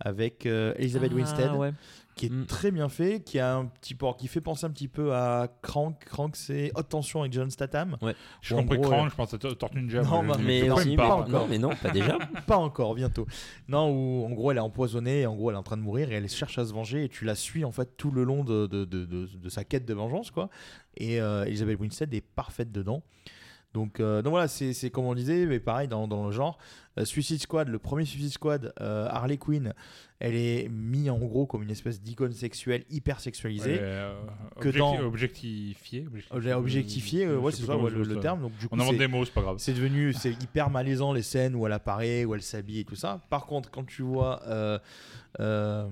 F: avec euh, Elizabeth
I: Ah,
F: Winstead,
I: ouais. Mm.
F: qui est très bien fait, qui a un petit port, qui fait penser un petit peu à Crank. Crank, c'est Haute Tension avec John Statham.
I: Ouais.
G: Je
F: Où en
G: compris
F: gros,
G: Crank,
F: euh,
G: je pense à Tor- Tortue Ninja.
F: non,
G: mais
F: bah,
G: je-
F: mais
G: je-
F: non,
G: je-
F: mais
G: pas
F: pas
G: encore.
F: encore. Ah [LAUGHS] pas encore, bientôt. Non, où en gros elle est empoisonnée, et en gros elle est en train de mourir et elle cherche à se venger et tu la suis en fait tout le long de, de, de- de- de sa quête de vengeance quoi. Et euh, Elizabeth Winstead est parfaite dedans. Donc, euh, donc voilà, c'est c'est comme on disait, mais pareil dans, dans le genre. Euh, Suicide Squad, le premier Suicide Squad, euh, Harley Quinn, elle est mise en gros comme une espèce d'icône sexuelle hyper sexualisée.
G: Ouais, euh,
F: que
G: objecti-
F: dans
G: objectifié,
F: Obje- objectifié,
G: euh,
F: euh, ouais,
G: je
F: c'est
G: sais
F: ça
G: pas
F: ouais,
G: comment
F: le,
G: ça
F: le
G: se-
F: terme. Donc, du
G: On
F: coup,
G: invente
F: c'est-
G: des mots, c'est pas grave.
F: C'est devenu c'est hyper malaisant les scènes où elle apparaît, où elle s'habille et tout ça. Par contre, quand tu vois euh, euh,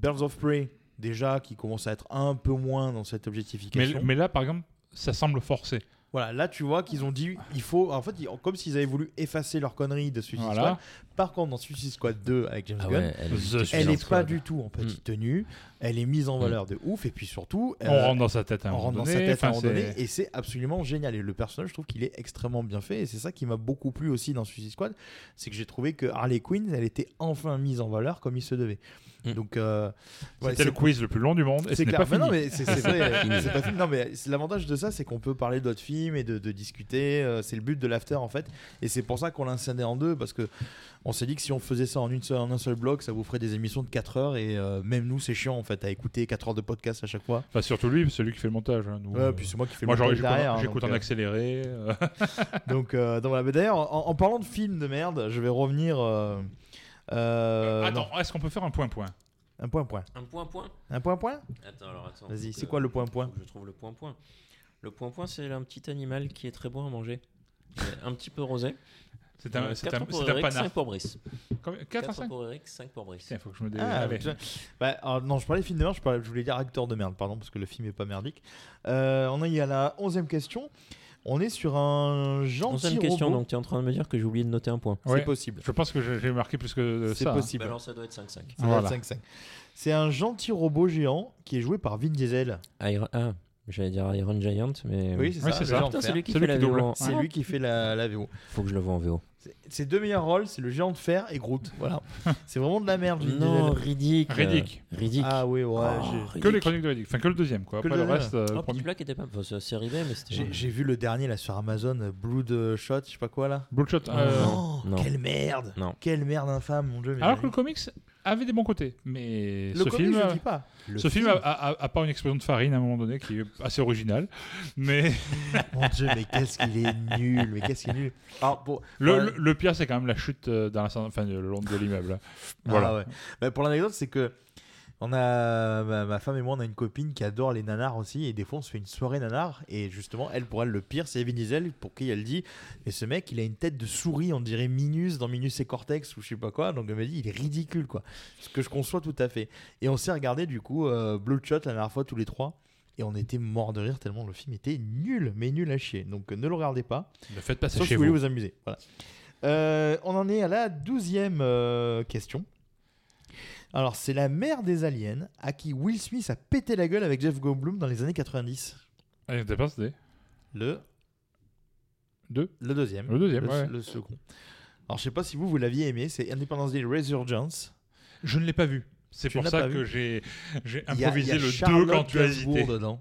F: Birds of Prey, déjà qui commence à être un peu moins dans cette
G: Mais,
F: objectification.
G: mais là, par exemple, ça semble forcé.
F: Voilà, là tu vois qu'ils ont dit il faut en fait ils- comme s'ils avaient voulu effacer leur connerie de Suicide
G: Voilà.
F: Squad. Par contre dans Suicide Squad 2 avec James
G: Ah
F: Gunn,
G: ouais, elle est
F: elle,
G: The
F: est
G: Suicide
F: pas
G: Squad.
F: du tout en petite tenue, elle est mise en valeur de ouf et puis surtout
G: Hmm.
F: euh,
G: On rentre dans sa tête à un
F: on
G: moment
F: rentre dans sa
G: donné,
F: tête à un
G: enfin,
F: moment donné,
G: c'est-
F: et c'est absolument génial et le personnage je trouve qu'il est extrêmement bien fait et c'est ça qui m'a beaucoup plu aussi dans Suicide Squad, c'est que j'ai trouvé que Harley Quinn elle était enfin mise en valeur comme il se devait. Donc, euh, ouais,
G: Mm. C'était le
F: c'est-
G: quiz le plus long du monde et ce
F: C'est
G: n'est
F: clair.
G: pas
F: Mais non,
G: fini.
F: mais c'est
G: [LAUGHS]
F: c'est vrai. c'est pas fini. Non, mais c'est- l'avantage de ça, c'est qu'on peut parler d'autres films et de, de discuter. euh, C'est le but de l'after en fait. Et c'est pour ça qu'on l'a scindé en deux parce que on s'est dit que si on faisait ça en, une seule- en un seul bloc, ça vous ferait des émissions de 4 heures et euh, même nous, c'est chiant en fait à écouter 4 heures de podcast à chaque fois.
G: Enfin, surtout lui, celui qui fait le montage. hein, nous,
F: Ouais,
G: euh,
F: puis c'est moi qui fais le
G: moi, genre,
F: montage
G: j'écoute en-
F: derrière,
G: J'écoute
F: donc,
G: en
F: euh,
G: accéléré. euh,
F: donc, euh, donc voilà. Mais d'ailleurs, en, en parlant de films de merde, je vais revenir. euh, euh,
G: Ah, Attends, est-ce qu'on peut faire un point-point
F: non. Un point, point.
B: Un point-point
F: Un point, point.
B: Attends, alors attends.
F: Vas-y,
B: faut
F: c'est
B: que-
F: quoi le point-point
B: faut que Je trouve le point-point. Le point-point, c'est un petit animal qui est très bon à manger. Il est un petit peu rosé.
G: C'est un-
B: Euh,
G: c'est
B: quatre
G: un-
B: pour
G: c'est un
B: Eric,
G: panard.
B: cinq pour Brice.
G: Combien- quatre à
B: 4
G: cinq
B: pour Eric, 5 pour Brice.
G: Putain, faut que je me dé-
F: Ah,
G: Allez.
F: putain. Bah, alors, non, je parlais de film de merde, je, parlais- je voulais dire acteur de merde, pardon, parce que le film est pas merdique. Euh, on est à la onzième question. On est sur un gentil
B: Onzième question,
F: robot.
B: donc tu es en train de me dire que j'ai oublié de noter un point.
F: Ouais. C'est possible.
G: Je pense que j'ai j'ai marqué plus que euh,
F: C'est
G: ça. hein.
F: possible.
B: Bah alors, ça doit être 5-5.
F: Ça doit être
G: Voilà.
F: 5-5. C'est un gentil robot géant qui est joué par Vin Diesel.
B: Iron- Ah, j'allais dire Iron Giant, mais.
F: Oui, c'est ça.
B: Ah, putain, c'est lui qui fait la
F: double.
B: VO.
F: C'est lui qui fait la, la VO.
B: Faut que je le vois en VO.
F: C'est- Ses deux meilleurs rôles, c'est le géant de fer et Groot.
B: [LAUGHS]
F: Voilà. c'est vraiment de la merde. Vin
B: Non,
F: Diesel.
B: Riddick.
G: Riddick.
B: euh, Riddick.
F: Ah oui, ouais.
B: Oh,
F: j'ai-
B: Riddick.
G: Que les chroniques de Riddick. Enfin, que le deuxième, quoi.
F: Que
G: Après,
F: le
G: le,
F: deuxième.
G: reste. euh,
B: Oh,
G: le
B: Petit
G: premier.
B: Black était pas. Enfin, c'est la série B, mais c'était.
F: J'ai j'ai vu le dernier là sur Amazon, euh, Bloodshot, je sais pas quoi là.
G: Bloodshot.
B: Non,
G: euh,
B: non,
F: Oh,
B: non.
F: Quelle merde
B: Non.
F: Quelle merde infâme, mon dieu. mais
G: Alors
F: j'ai-
G: que le comics avait des bons côtés, mais
F: Le
G: ce
F: comics,
G: film,
F: je
G: euh,
F: dis pas. Le
G: ce film, a, a- a pas une explosion de farine à un moment donné qui est assez originale,
F: [LAUGHS]
G: mais
F: Mon dieu, mais qu'est-ce qu'il est nul, mais qu'est-ce qu'il est nul. Alors, pour,
G: le,
F: pour-
G: le- le pire c'est quand même la chute euh, dans la, enfin, le long de l'immeuble.
F: Ah
G: Voilà.
F: ouais. Bah, pour l'anecdote, c'est que on a, ma, ma femme et moi, on a une copine qui adore les nanars aussi, et des fois on se fait une soirée nanar, et justement, elle, pour elle, le pire, c'est Vin Diesel, pour qui elle dit Mais ce mec, il a une tête de souris, on dirait Minus dans Minus et Cortex, ou je sais pas quoi, donc elle m'a dit Il est ridicule, quoi. Ce que je conçois tout à fait. Et on s'est regardé, du coup, euh, Bloodshot la dernière fois, tous les trois. Et on était mort de rire tellement le film était nul, mais nul à chier. Donc euh, ne le regardez pas.
G: Ne faites pas ça
F: Sauf
G: chez
F: si vous voulez
G: vous.
F: vous amuser. Voilà. Euh, on en est à la douzième euh, question. Alors, c'est la mère des aliens à qui Will Smith a pété la gueule avec Jeff Goldblum dans les années 90.
G: Allez, t'as pas c'était
F: Le,
G: deux.
F: le deuxième.
G: Le deuxième, ouais.
F: le second. Alors, je sais pas si vous, vous l'aviez aimé, c'est Independence Day Resurgence.
G: Je ne l'ai pas vu. C'est
F: Tu
G: pour
F: l'as
G: ça
F: pas vu
G: que j'ai j'ai
F: Il y a- il y
G: improvisé
F: a
G: le 2
F: Charlotte
G: quand tu as
F: Gainsbourg
G: hésité.
F: dedans.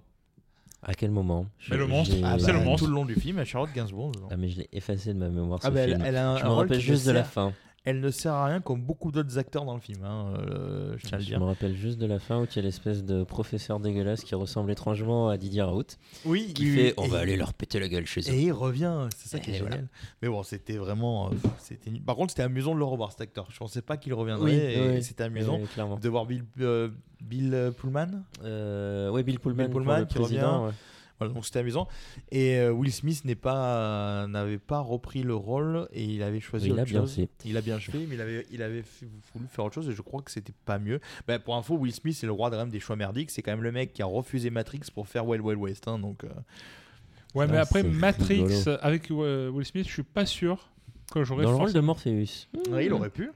F: bah,
I: À quel moment
G: Mais le
I: Je-
G: monstre,
I: j'ai-
G: Ah, c'est le monstre.
F: Tout le long du film, il y a Charlotte Gainsbourg dedans.
I: Ah, mais je l'ai effacé de ma mémoire.
F: Ah
I: ce
F: bah, elle-
I: film.
F: elle a un-
I: je
F: un
I: me
F: rôle
I: rappelle
F: qui
I: juste de la
F: sert-
I: fin.
F: Elle ne sert à rien comme beaucoup d'autres acteurs dans le film, hein, euh, je tiens à le
I: Je
F: dire.
I: me rappelle juste de la fin où il y a l'espèce de professeur dégueulasse qui ressemble étrangement à Didier Raoult.
F: Oui,
I: Qui
F: il-
I: fait On va
F: et-
I: aller leur péter la gueule chez eux.
F: Et il revient, c'est ça qui est
I: Et
F: génial.
I: voilà.
F: Mais bon, c'était vraiment. euh, c'était... nul. Par contre, c'était amusant de le revoir cet acteur. Je pensais pas qu'il reviendrait.
I: Oui,
F: et
I: oui,
F: c'était amusant
I: oui, clairement.
F: de voir Bill, euh, Bill Pullman.
I: Euh, ouais, Bill Pullman,
F: Bill
I: pour
F: Pullman
I: le
F: qui
I: président,
F: revient.
I: ouais.
F: Voilà, donc c'était amusant. Et euh, Will Smith n'est pas, euh, n'avait pas repris le rôle et il avait choisi
I: Il
F: autre
I: a bien
F: chose.
I: fait.
F: Il a bien fait, mais il avait, il avait fait- voulu faire autre chose et je crois que c'était pas mieux. Bah, pour info, Will Smith c'est le roi de même des choix merdiques. C'est quand même le mec qui a refusé Matrix pour faire Wild Wild West. hein, donc, euh,
G: Ouais, mais
I: Ah,
G: après
I: c'est
G: Matrix
I: rigolo.
G: avec euh, Will Smith, je suis pas sûr que j'aurais.
I: Dans le rôle
G: forcément-
I: de Morpheus.
F: ouais, il aurait pu.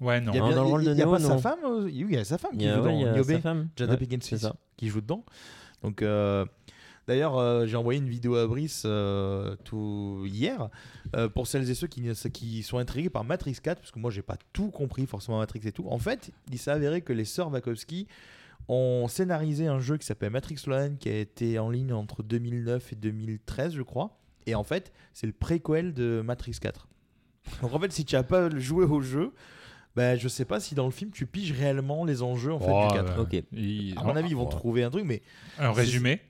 G: Ouais, non.
F: Il y a,
I: Non,
F: bien-
I: dans le
F: il-
I: rôle de
F: il y a
I: Neo,
F: pas sa
I: non.
F: femme euh, Oui, il y a sa femme
I: Il
F: qui
I: y a,
F: joue
I: ouais,
F: dans
I: il y a
F: Niobe,
I: sa femme. Ah,
F: Jada
I: Ouais,
F: Pinkett
I: c'est
F: Smith,
I: ça.
F: qui joue dedans. Donc, euh, d'ailleurs, euh, j'ai envoyé une vidéo à Brice euh, tout hier euh, pour celles et ceux qui, ne- qui sont intrigués par Matrix 4, parce que moi, j'ai pas tout compris forcément Matrix et tout. En fait, il s'est avéré que les sœurs Wachowski ont scénarisé un jeu qui s'appelle Matrix Loan qui a été en ligne entre 2009 et 2013, je crois. Et en fait, c'est le préquel de Matrix 4. [LAUGHS] Donc en fait, si tu n'as pas joué au jeu, bah, je sais pas si dans le film tu piges réellement les enjeux en fait,
G: Oh,
F: du 4.
G: ouais.
I: Ok.
G: Il-
F: À mon avis, ils vont
G: Oh.
F: trouver un truc, mais
G: Un résumé.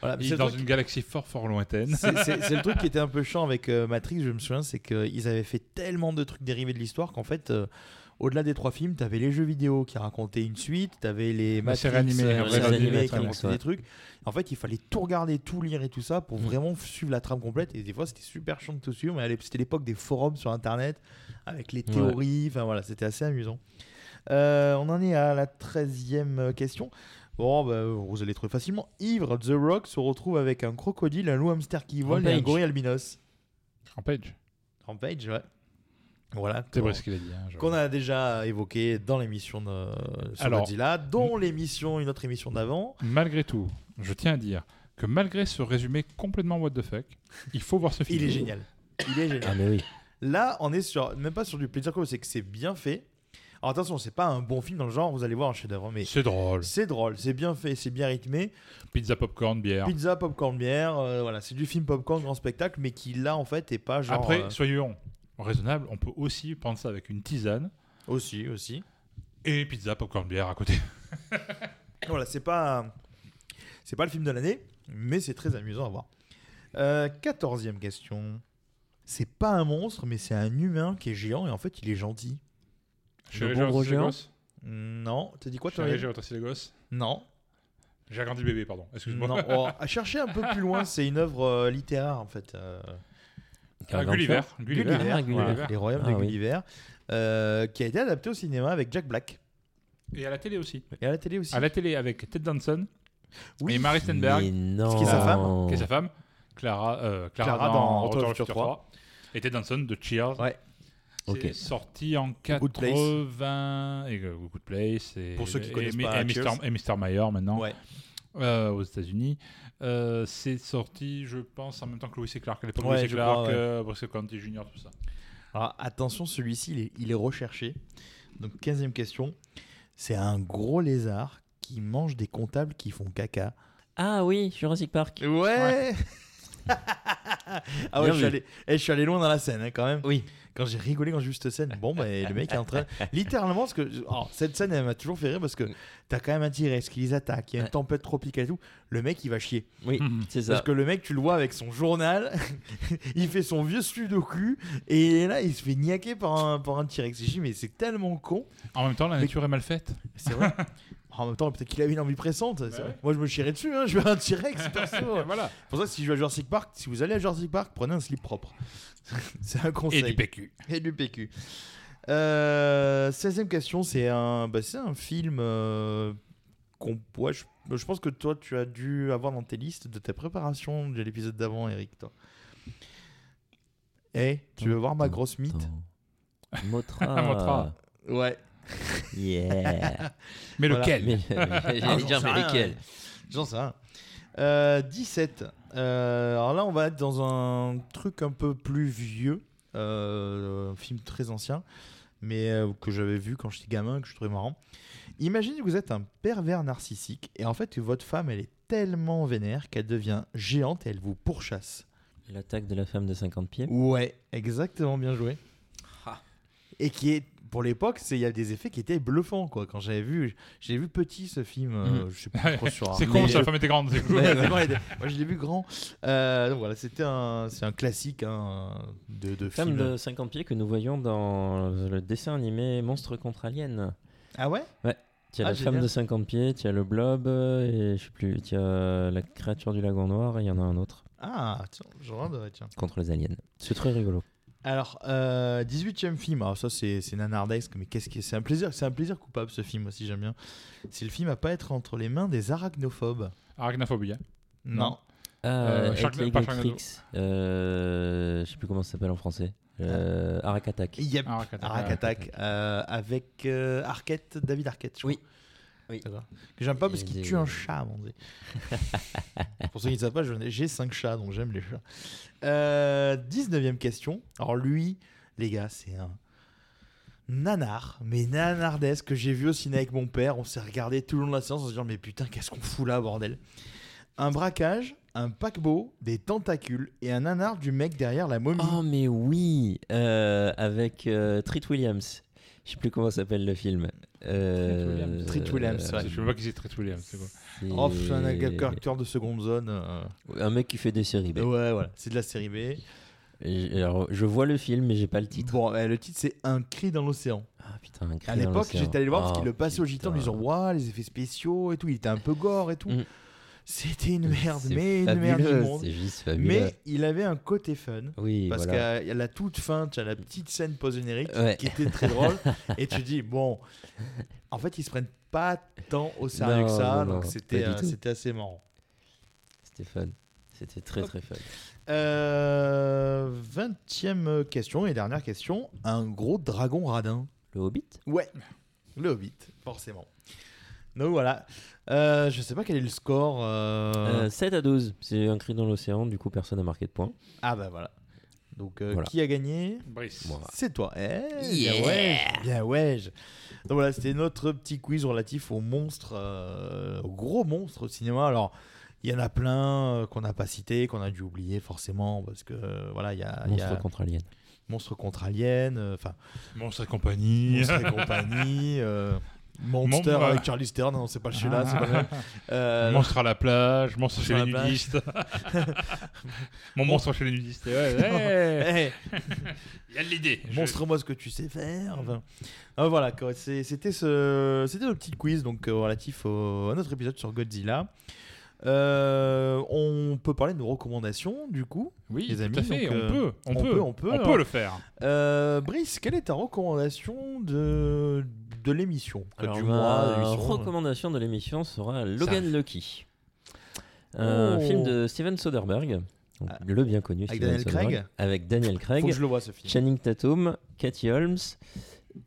F: voilà, mais
G: Il
F: c'est le
G: est Mmh. dans
F: truc-
G: une galaxie fort fort lointaine.
F: c'est- c'est c'est le
G: [LAUGHS]
F: truc qui était un peu chiant avec euh, Matrix, je me souviens, c'est qu'ils avaient fait tellement de trucs dérivés de l'histoire qu'en fait, euh, au-delà des trois films, t'avais les jeux vidéo qui racontaient une suite, t'avais les
G: La
F: Matrix,
G: série animée,
F: euh,
G: la
F: les
G: série
F: séries
G: animée,
F: animées qui
G: Matrix,
F: racontaient
I: ouais.
F: des trucs. En fait, il fallait tout regarder, tout lire et tout ça
G: Mmh.
F: pour vraiment suivre la trame complète. Et des fois, c'était super chiant de tout suivre, mais à l'ép- c'était l'époque des forums sur Internet avec les théories. Enfin voilà, c'était assez amusant. Euh, on en est à la 13e question. Bon, bah, vous allez trouver facilement. Ivre, The Rock se retrouve avec un crocodile, un loup hamster qui vole et un
I: Rampage.
F: gorille albinos.
G: Rampage.
F: Rampage, ouais. Voilà.
G: C'est
F: qu'on-
G: vrai ce qu'il a dit. hein, je-
F: Qu'on a déjà évoqué dans l'émission de sur
G: Alors,
F: Godzilla, dont l'émission, une autre émission d'avant.
G: Malgré tout, je tiens à dire que malgré ce résumé complètement what the fuck, il faut voir ce film.
F: Il est génial. Il est génial.
I: Ah, mais oui.
F: Là, on est sur, même pas sur du plaisir coupable, c'est que c'est bien fait. Alors attention, c'est pas un bon film dans le genre, vous allez voir un chef-d'œuvre, mais
G: C'est drôle.
F: c'est drôle, c'est bien fait, c'est bien rythmé.
G: Pizza, popcorn, bière.
F: Pizza, popcorn, bière, euh, voilà, c'est du film popcorn grand spectacle, mais qui là en fait est pas genre.
G: Après,
F: euh,
G: soyons raisonnables, on peut aussi prendre ça avec une tisane.
F: Aussi, aussi.
G: Et pizza, popcorn, bière à [LAUGHS] côté.
F: voilà, c'est pas c'est pas le film de l'année, mais c'est très amusant à voir. Euh, Quatorzième question. C'est pas un monstre, mais c'est un humain qui est géant et en fait il est gentil.
G: Chérie, j'ai retracé les
F: géant
G: gosses
F: Non, t'as dit quoi toi
G: Chérie, J'ai retracé les gosses.
F: Non.
G: J'ai agrandi bébé, pardon. Excuse-moi. [LAUGHS]
F: Non, oh, à chercher un peu plus loin, c'est une œuvre euh, littéraire en fait. euh,
G: Ah, Gulliver. Gulliver.
F: Gulliver,
G: Ah, Gulliver.
F: voilà, Les Royaumes
G: Ah
F: de
G: oui.
F: Gulliver, euh, qui a été adapté au cinéma avec Jack Black
G: Et à la télé aussi.
F: et à la télé aussi.
G: À la télé avec Ted Danson
F: Oui.
G: et Mary Stenberg.
I: Mais non.
F: Qui est sa femme
G: Qui est sa femme Clara, euh, Clara,
F: Clara
G: dans,
F: dans
G: Retour vers le futur 3. Et Ted Danson de Cheers.
F: Ouais.
G: C'est
I: Ok.
G: sorti en
F: Good Place.
G: 80 et euh, Good Place et,
F: Pour ceux qui
G: et-
F: connaissent
G: et-
F: pas
G: et Mr.
F: Cheers.
G: et Mr. Mayer maintenant
F: Ouais.
G: euh, aux États-Unis. Euh, c'est sorti, je pense, en même temps que Louis et Clark. À l'époque,
F: Ouais,
G: Louis et
F: je
G: Clark,
F: crois, ouais.
G: euh, Bruce County Jr., tout ça.
F: Alors, attention, celui-ci, il est, il est recherché. Donc, 15e question. C'est un gros lézard qui mange des comptables qui font caca.
I: Ah oui, Jurassic Park.
F: Ouais, [LAUGHS] Ah ouais,
I: Bien
F: je suis,
I: vu.
F: allé, eh, je suis allé loin dans la scène hein, quand même.
I: Oui.
F: Quand j'ai rigolé quand juste scène, bon, bah, le mec est
I: [LAUGHS]
F: en train. Littéralement, parce que. alors, cette scène, elle m'a toujours fait rire parce que t'as quand même un tigre, est-ce qu'ils attaquent Il y a une
I: Ouais.
F: tempête tropicale et tout. Le mec, il va chier.
I: Oui, c'est ça.
F: Parce que le mec, tu le vois avec son journal, [LAUGHS] il fait son vieux sudoku, et il est là, il se fait niaquer par un, par un T-Rex. J'ai dit, mais c'est tellement con.
G: En même temps, la
F: Mais-
G: nature est
F: [LAUGHS]
G: mal faite.
F: C'est vrai. En même temps, peut-être qu'il avait une envie pressante. c'est vrai.
G: ouais.
F: Moi, je me chierais dessus, hein, je veux un T-Rex, perso.
G: [LAUGHS]
F: C'est
G: Voilà.
F: pour ça que si je vais à Jurassic Park, si vous allez à Jurassic Park, prenez un slip propre. [LAUGHS] c'est un conseil.
G: Et du PQ.
F: Et du PQ. Euh, 16 question, c'est un, bah, c'est un film euh, qu'on. ouais, je, je pense que toi, tu as dû avoir dans tes listes de ta préparation de l'épisode d'avant, Eric. Toi. Eh, tu veux voir ma grosse mythe
I: Attends. Motra.
G: Motra.
F: Ouais.
I: Yeah.
G: [LAUGHS] Mais
F: Voilà.
G: lequel
I: Mais-
B: [LAUGHS]
I: J'allais dire, mais lesquels
F: J'en sais rien. Euh, 17. Euh, alors là, on va être dans un truc un peu plus vieux, euh, un film très ancien, mais euh, que j'avais vu quand j'étais gamin, que je trouvais marrant. Imagine que vous êtes un pervers narcissique et en fait, votre femme, elle est tellement vénère qu'elle devient géante et elle vous pourchasse.
I: L'attaque de la femme de 50 pieds.
F: Ouais, exactement, bien joué.
G: Ah.
F: Et qui est, pour l'époque, c'est- il y a des effets qui étaient bluffants, quoi. Quand j'avais vu, j'ai vu petit ce film, euh, je sais pas trop sur.
G: Mm. C'est
F: mais-
G: con, sa femme était grande. c'est cool.
F: Ouais, vraiment, elle était- Moi, je l'ai vu grand. Euh, donc voilà, c'était un, c'est un classique hein, de, de
I: Femme
F: film.
I: de 50 pieds que nous voyons dans le dessin animé Monstre contre Alien.
F: Ah ouais
I: Tu as
F: Ah,
I: la femme
F: génial.
I: de 50 pieds, tu as le blob, euh, et je sais plus, tu as la créature du lagon noir, et il y en a un autre
F: Ah, tiens, je regarderai, tiens.
I: contre les aliens. C'est très rigolo.
F: Alors, euh, 18e film. Alors ça, c'est, c'est nanardesque, mais qu'est-ce que c'est un plaisir, c'est un plaisir coupable ce film aussi. J'aime bien. C'est le film à pas être entre les mains des arachnophobes.
G: Arachnophobie. hein. Non.
I: Ah,
G: Euh,
I: avec
G: Sharkna-
I: les
G: pas
I: Great
G: Sharknado.
I: Freaks, euh, je sais plus comment ça s'appelle en français. Euh, Arak Attack.
F: Il y a
G: Arachata-
F: Arak Attack euh, avec euh, Arquette, David Arquette. je
I: Oui.
F: crois.
I: Oui.
F: D'accord. Que j'aime pas parce
I: Et
F: qu'il
I: des- euh,
F: tue un chat,
I: [LAUGHS]
F: mon dieu. Pour ceux qui ne savent pas, j'en ai- j'ai 5 chats, donc j'aime les chats. Euh, 19e question. Alors lui, les gars, c'est un nanar, mais nanardesque que j'ai vu au ciné avec mon père. On s'est regardé tout le long de la séance en se disant mais putain, qu'est-ce qu'on fout là, bordel. Un braquage, un paquebot, des tentacules et un nanar du mec derrière la momie.
I: Oh mais oui, euh, avec euh, Treat Williams. Je sais plus comment s'appelle le film. Euh,
G: Treat Williams.
F: Treat Williams, ouais.
G: Je sais même pas qui c'est Treat Williams. c'est quoi.
I: c'est-
F: Oh, c'est un acteur de seconde zone. euh,
I: Un mec qui fait des séries. B.
F: Ouais, voilà, c'est de la série B.
I: Et- Alors, je vois le film, mais j'ai pas le titre.
F: Bon, euh, le titre c'est Un cri dans l'océan.
I: Ah putain, un cri
F: À
I: dans
F: l'époque,
I: l'océan.
F: j'étais allé le voir parce
I: Ah,
F: qu'il le passait au gitan en
I: putain.
F: disant Waouh, les effets spéciaux et tout. Il était un peu gore et tout.
I: Mm.
F: C'était une merde,
I: C'est
F: mais une
I: fabuleux,
F: merde du monde.
I: C'est juste fabuleux.
F: Mais il avait un côté fun.
I: oui,
F: Parce
I: voilà. Euh,
F: qu'à à la toute fin, tu as la petite scène post-générique
I: Ouais.
F: qui était très
I: [LAUGHS]
F: drôle. et tu dis, bon, en fait, ils se prennent pas tant au sérieux
I: Non,
F: que ça.
I: non, non,
F: donc,
I: pas
F: c'était
I: du
F: euh,
I: tout.
F: c'était assez marrant.
I: C'était fun. C'était très très fun.
F: Euh, 20e question et dernière question. Un gros dragon radin.
I: Le Hobbit
F: Ouais. Le Hobbit, forcément. Donc voilà. Euh, je sais pas quel est le score. euh,
B: Ah.
I: Euh, 7 à 12. C'est un cri dans l'océan, du coup personne n'a marqué de points.
F: Ah bah voilà. Donc, euh,
I: Voilà.
F: qui a gagné
G: Brice.
I: Moi.
F: C'est toi. Eh,
I: Yeah.
F: Bien ouais. Bien ouais. Donc voilà, c'était notre petit quiz relatif aux monstres, euh, aux gros monstres au cinéma. Alors, il y en a plein euh, qu'on n'a pas cités, qu'on a dû oublier forcément, parce que euh, voilà, il y a. il y a-
I: Monstres contre aliens.
F: Monstres contre aliens, euh, enfin.
G: Monstres et compagnie. euh,
F: Monstres et compagnie. euh, Monster
G: Mon-
F: avec Charlie Stern, non, c'est pas celui-là, c'est pas
G: [LAUGHS]
F: le même. Euh, [LAUGHS]
G: monstre à la plage, monstre chez
F: à
G: les
F: la plage.
G: nudistes. [LAUGHS] Mon
F: Mon-
G: monstre chez les nudistes. et ouais, ouais.
F: Non,
G: Il y a de l'idée.
F: eh, Montre-moi ce que tu sais faire. Enfin, ah, voilà, quoi, c'est- c'était ce, c'était le petit quiz donc euh, relatif au- à notre épisode sur Godzilla. Euh, on peut parler de nos recommandations du coup,
G: Oui,
F: les
G: tout
F: amis.
G: à fait,
F: donc, euh,
G: on peut, on peut,
F: on peut,
G: on peut
F: Alors,
G: le faire.
F: euh, Brice, quelle est ta recommandation de de l'émission quoi,
B: Alors,
F: du
B: ma
F: mois, de l'émission euh,
B: recommandation de l'émission sera Logan Lucky.
F: Oh. Ah.
B: Un film de Steven Soderbergh, donc le bien connu
F: Avec
B: Steven
F: Daniel
B: Soderbergh,
F: Craig
B: avec Daniel Craig,
F: Faut que je le voie, ce film.
B: Channing Tatum, Cathy Holmes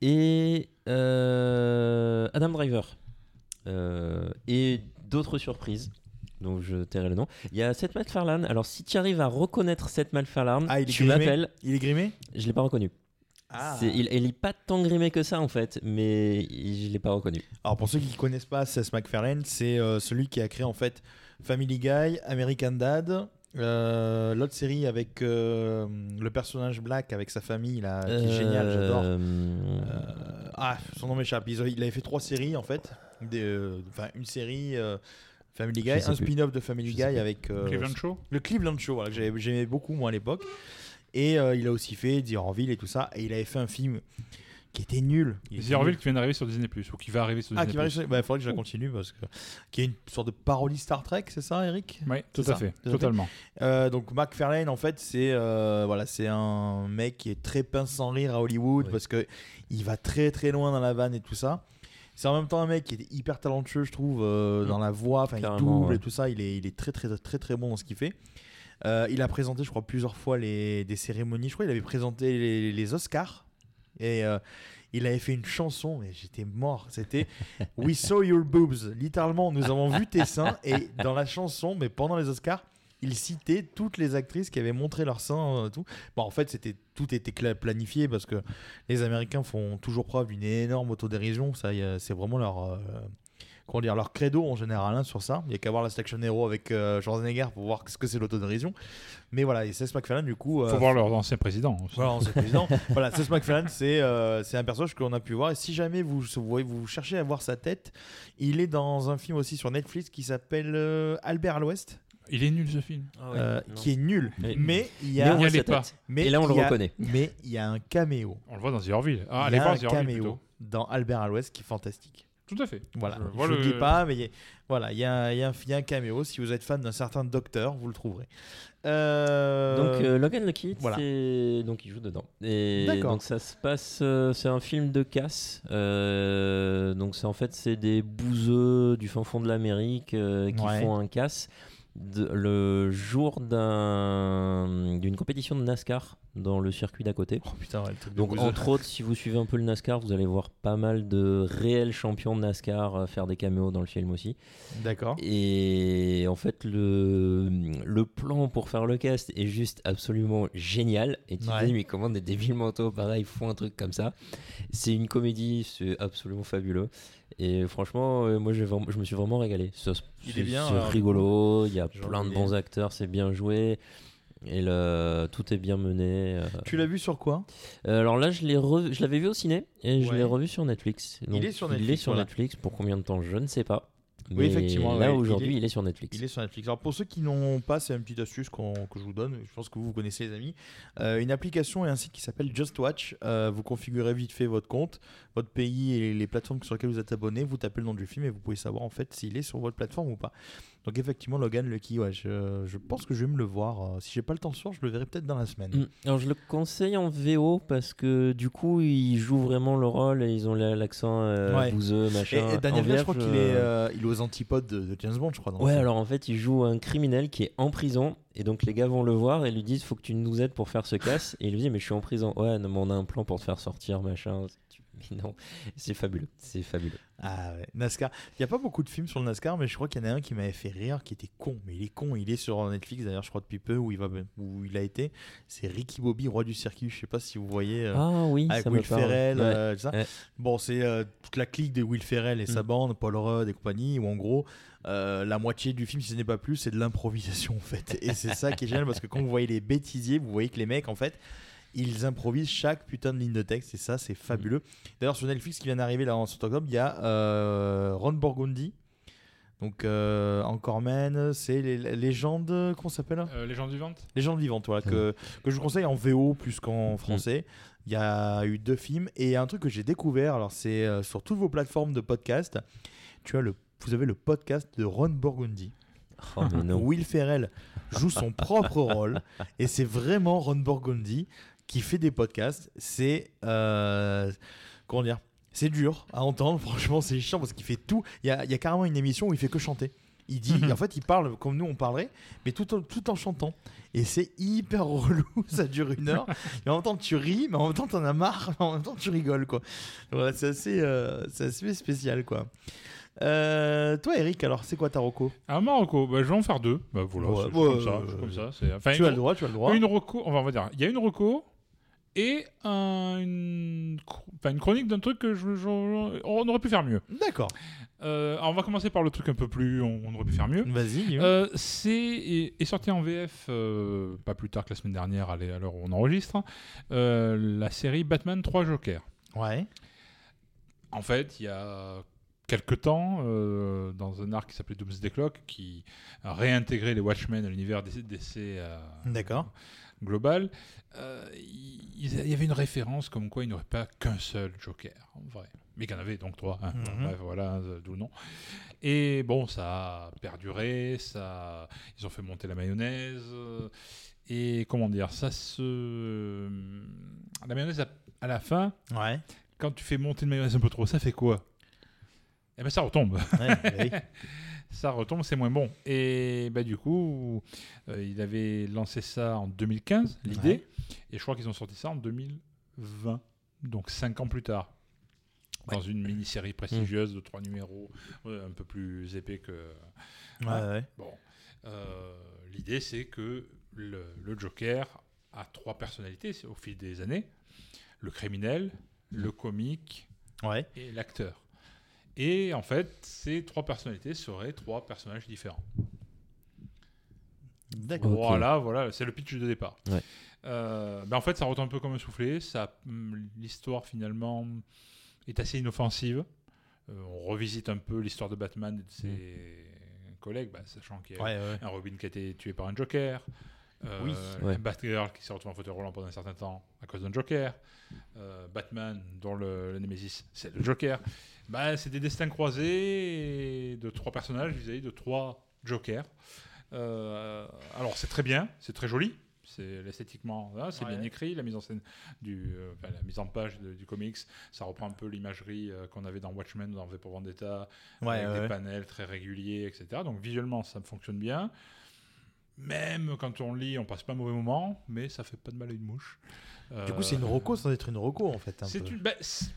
B: et euh, Adam Driver Euh, et d'autres surprises. Donc je tairai le nom. Il y a Seth MacFarlane. Alors si tu arrives à reconnaître Seth MacFarlane,
F: Ah, il est
B: tu
F: grimé
B: m'appelles.
F: Il est grimé
B: Je l'ai pas reconnu.
F: Ah.
B: C'est- Il, il est pas tant grimé que ça en fait, mais il- je l'ai pas reconnu.
F: Alors pour ceux qui ne connaissent pas Seth MacFarlane, c'est euh, celui qui a créé en fait Family Guy, American Dad, euh, l'autre série avec euh, le personnage Black avec sa famille là, Ah, qui est
B: Euh,
F: génial, j'adore.
B: euh,
F: Euh, ah, son nom m'échappe. Ils ont- Il avait fait trois séries en fait, Des, euh, enfin une série. euh, Family Guy,
B: Je sais
F: un
B: plus.
F: spin-off de Family
B: Je
F: Guy
B: sais plus.
F: avec euh,
G: Cleveland Show
F: le Cleveland Show, voilà, que j'avais- j'aimais beaucoup moi à l'époque. Et euh, il a aussi fait The Orville et tout ça. Et il avait fait un film qui était nul. Il était
G: The Orville
F: nul.
G: qui vient d'arriver sur Disney Plus ou qui va arriver sur
F: Ah,
G: Disney
F: qui va arriver- bah, il faudrait que je la continue parce que. Qui est une sorte de parodie Star Trek, c'est ça, Eric
G: Oui,
F: C'est
G: tout à
F: ça,
G: fait, totalement.
F: Euh, donc, McFarlane, en fait, c'est euh, voilà, c'est un mec qui est très pince sans rire à Hollywood parce que il va très très loin dans la vanne et tout ça. C'est en même temps un mec qui est hyper talentueux, je trouve, euh, dans la voix, enfin, il
B: Mm. Carrément,
F: double
B: ouais.
F: et tout ça. Il est, il est très très très très bon dans ce qu'il fait. Euh, il a présenté, je crois, plusieurs fois les, des cérémonies. Je crois il avait présenté les, les Oscars. Et euh, il avait fait une chanson, mais j'étais mort.
B: [LAUGHS]
F: C'était We saw your boobs. Littéralement, nous avons vu tes seins. Et dans la chanson, mais pendant les Oscars, il citait toutes les actrices qui avaient montré leurs seins. euh, tout. Bon, en fait, c'était tout était cla- planifié parce que les Américains font toujours preuve d'une énorme autodérision. Ça, y a- c'est vraiment leur. euh, Comment dire, leur credo en général hein, sur ça. Il n'y a qu'à voir la Station Hero avec euh, Schwarzenegger pour voir ce que c'est l'autodérision. Mais voilà, et Seth MacFarlane, du coup.
G: Faut
F: euh,
G: voir leur ancien président. aussi.
F: voilà, on s'est fait- non. voilà, Seth MacFarlane, c'est euh, c'est un personnage qu'on a pu voir. Et si jamais vous, vous, voyez- vous cherchez à voir sa tête, il est dans un film aussi sur Netflix qui s'appelle euh, Albert à l'Ouest.
G: Il est nul ce film.
F: euh,
G: Ah non.
F: qui est nul,
G: Mais-
F: mais il y
G: Mais
F: a,
G: on voit sa tête.
F: Mais
G: Et là, on le
F: il y a-
G: reconnaît.
F: Mais il y a un caméo.
G: On le voit dans The Orville.
F: il
G: Ah,
F: y
G: allez
F: a
G: voir
F: un
G: The Orville
F: caméo
G: plutôt.
F: dans Albert à l'Ouest qui est fantastique.
G: Tout à fait.
F: Voilà,
G: Je
F: je
G: vois
F: vous le
G: le-
F: dis pas, mais il y a- voilà, il y, a un- il y a un- il y a un caméo. Si vous êtes fan d'un certain docteur, vous le trouverez. Euh,
B: Donc euh, Logan Lucky,
F: voilà.
B: c'est- donc il joue dedans. Et
F: D'accord.
B: donc ça se passe, euh, c'est un film de casse. Euh, donc c'est en fait c'est des bouseux du fin fond de l'Amérique euh, qui
F: Ouais.
B: font un casse de- le jour d'un- d'une compétition de NASCAR dans le circuit d'à côté.
F: putain, ouais, le truc de
B: donc
F: Oh, bouseux.
B: entre autres, si vous suivez un peu le NASCAR, vous allez voir pas mal de réels champions de NASCAR euh, faire des caméos dans le film aussi.
F: D'accord.
B: Et en fait, le, le plan pour faire le cast est juste absolument génial. Et tu te
F: Ouais.
B: dis, mais comment des débiles mentaux, pareil, font un truc comme ça C'est une comédie, c'est absolument fabuleux. Et franchement, euh, moi, j'ai vraiment- je me suis vraiment régalé. Ça se-
F: Il est
B: C'est
F: bien,
B: c'est
F: alors,
B: rigolo, il y a
F: Genre,
B: plein de
F: il est-
B: bons acteurs, c'est bien joué. Et le- tout est bien mené. euh.
F: Tu l'as vu sur quoi
B: Euh, alors là, je l'ai revu- je l'avais vu au ciné et je
F: Ouais.
B: l'ai revu sur Netflix.
F: Il
B: Donc,
F: est sur
B: Il est
F: Netflix,
B: sur
F: voilà.
B: Netflix. Pour combien de temps, je ne sais pas.
F: Oui,
B: Mais
F: effectivement.
B: Là,
F: ouais,
B: aujourd'hui, il, est sur Netflix.
F: Il est sur Netflix. Alors, pour ceux qui n'ont pas, c'est une petite astuce qu'on- que je vous donne. Je pense que vous, vous connaissez, les amis. Euh, une application et un site qui s'appelle Just Watch. Euh, vous configurez vite fait votre compte, votre pays et les plateformes sur lesquelles vous êtes abonné. Vous tapez le nom du film et vous pouvez savoir en fait s'il est sur votre plateforme ou pas. Donc, effectivement, Logan Lucky, ouais, je, je pense que je vais me le voir. Euh, Si j'ai pas le temps ce soir, je le verrai peut-être dans la semaine.
B: Mm. Alors, je le conseille en VO parce que du coup, ils jouent vraiment le rôle et ils ont la- l'accent euh,
F: Ouais.
B: bouseux, machin.
F: Et, et
B: En
F: Daniel, Craig, je crois
B: VF,
F: qu'il est,
B: euh,
F: euh, il est aux antipodes de, de James Bond, je crois. dans le
B: Ouais,
F: film.
B: alors en fait, il joue un criminel qui est en prison. Et donc, les gars vont le voir et lui disent Faut que tu [LAUGHS] nous aides pour faire ce casse. Et il lui dit Mais je suis en prison. Ouais, non, mais on a un plan pour te faire sortir, machin. Tu- Mais non, c'est fabuleux, c'est fabuleux.
F: Ah ouais, NASCAR. Il n'y a pas beaucoup de films sur le NASCAR, mais je crois qu'il y en a un qui m'avait fait rire, qui était con. Mais il est con, il est sur Netflix d'ailleurs, je crois depuis peu où il, va, où il a été. C'est Ricky Bobby, roi du circuit. Je sais pas si vous voyez. Euh,
B: ah oui,
F: avec
B: ça
F: Will
B: me parle.
F: Ferrell, euh, tout ça. Bon, c'est euh, toute la clique de Will Ferrell et sa
B: Mm.
F: bande, Paul Rudd et compagnie, où en gros, euh, la moitié du film, si ce n'est pas plus, c'est de l'improvisation en fait. Et c'est ça qui est génial parce que quand vous voyez les bêtisiers, vous voyez que les mecs en fait. Ils improvisent chaque putain de ligne de texte et ça c'est fabuleux.
B: Mm.
F: D'ailleurs sur Netflix qui vient d'arriver là en octobre, il y a euh, Ron Burgundy. Donc euh, encore man, c'est les les légendes, comment ça s'appelle
G: Euh, Légende vivante
F: Légende vivante, voilà, que, que je vous conseille en VO plus qu'en français. Il y a eu deux films et un truc que j'ai découvert, alors c'est euh, sur toutes vos plateformes de podcast, tu as le, vous avez le podcast de Ron Burgundy.
B: Oh,
F: [LAUGHS]
B: mais non.
F: Will Ferrell joue son propre rôle et c'est vraiment Ron Burgundy qui fait des podcasts. C'est euh, comment dire C'est dur à entendre. Franchement, c'est chiant parce qu'il fait tout. Il y a, il y a carrément une émission où il fait que chanter. Il dit, en fait, il parle comme nous on parlerait, mais tout en, tout en chantant. Et c'est hyper [LAUGHS] relou. Ça dure une heure. Et en même temps, tu ris, mais en même temps, t'en as marre. Mais en même temps, tu rigoles, quoi. Voilà, c'est assez, euh, c'est assez spécial, quoi. Euh, toi, Eric, alors, c'est quoi ta reco
G: Ah, ma reco, bah, je vais en faire deux. Bah, voilà,
F: Ouais,
G: c'est
F: ouais,
G: comme ça.
F: ouais,
G: c'est
F: ouais.
G: comme ça, c'est- enfin,
F: Tu
G: Bah, une-
F: as le droit, tu as le droit.
G: Une reco, on va, on va dire. Il y a une reco et un- une, cro- enfin, une chronique d'un truc que je, je- on aurait pu faire mieux.
F: D'accord.
G: Euh, alors, on va commencer par le truc un peu plus. On, on aurait pu faire mieux.
F: Vas-y, Guillaume.
G: Euh, c'est est, est sorti en VF euh, pas plus tard que la semaine dernière, à l'é- à l'heure où on enregistre, euh, la série Batman 3 Joker.
F: Ouais.
G: En fait, il y a quelque temps, euh, dans un arc qui s'appelait Doomsday Clock, qui a réintégré les Watchmen à l'univers DC, euh,
F: D'accord.
G: global, euh, il il y avait une référence comme quoi il n'y aurait pas qu'un seul Joker, en vrai. Mais qu'il y en avait donc trois. hein.
F: Mhm.
G: Bref, voilà, euh, d'où le nom. Et bon, ça a perduré, ça... ils ont fait monter la mayonnaise. euh, Et comment dire, ça se. La mayonnaise, à- à la fin,
F: Ouais.
G: quand tu fais monter une mayonnaise un peu trop, ça fait quoi Eh ben ça retombe.
F: oui.
G: ça retombe, c'est moins bon. Et bah du coup, euh, il avait lancé ça en 2015, l'idée,
F: Ouais.
G: et je crois qu'ils ont sorti ça en 2020, donc cinq ans plus tard. Dans une mini-série prestigieuse de trois numéros, euh, un peu plus épais que.
F: Ouais, ouais.
G: Bon. Euh, L'idée, c'est que le, le Joker a trois personnalités c'est- au fil des années le criminel, le comique
F: Ouais.
G: et l'acteur. Et en fait, ces trois personnalités seraient trois personnages différents.
F: D'accord. Ok.
G: Voilà, voilà, c'est le pitch de départ.
B: Ouais.
G: Euh, ben en fait, ça retombe un peu comme un soufflé. Ça, hum, l'histoire finalement est assez inoffensive. Euh, on revisite un peu l'histoire de Batman et de ses collègues, bah, sachant qu'il y a
F: Ouais, ouais.
G: un Robin qui a été tué par un Joker. euh,
F: Oui.
B: Ouais.
G: Batgirl qui s'est retrouvée en fauteuil roulant pendant un certain temps à cause d'un Joker. euh, Batman, dont le, le Nemesis, c'est le Joker. Bah, c'est des destins croisés et de trois personnages vis-à-vis de trois Jokers. Euh, alors, c'est très bien, c'est très joli. C'est esthétiquement, là, c'est bien
F: Ouais.
G: écrit. La mise en scène du, euh, enfin, la mise en page de- du comics, ça reprend un peu l'imagerie euh, qu'on avait dans Watchmen, dans V pour Vendetta,
F: Ouais,
G: avec
F: ouais,
G: des
F: ouais.
G: panels très réguliers, etc. Donc visuellement, ça fonctionne bien. Même quand on lit, on passe pas un mauvais moment, mais ça fait pas de mal à une mouche.
F: Du coup, c'est une
G: Euh,
F: reco sans être une reco en fait. un
G: c'est
F: peu.
G: une- ben, c'est-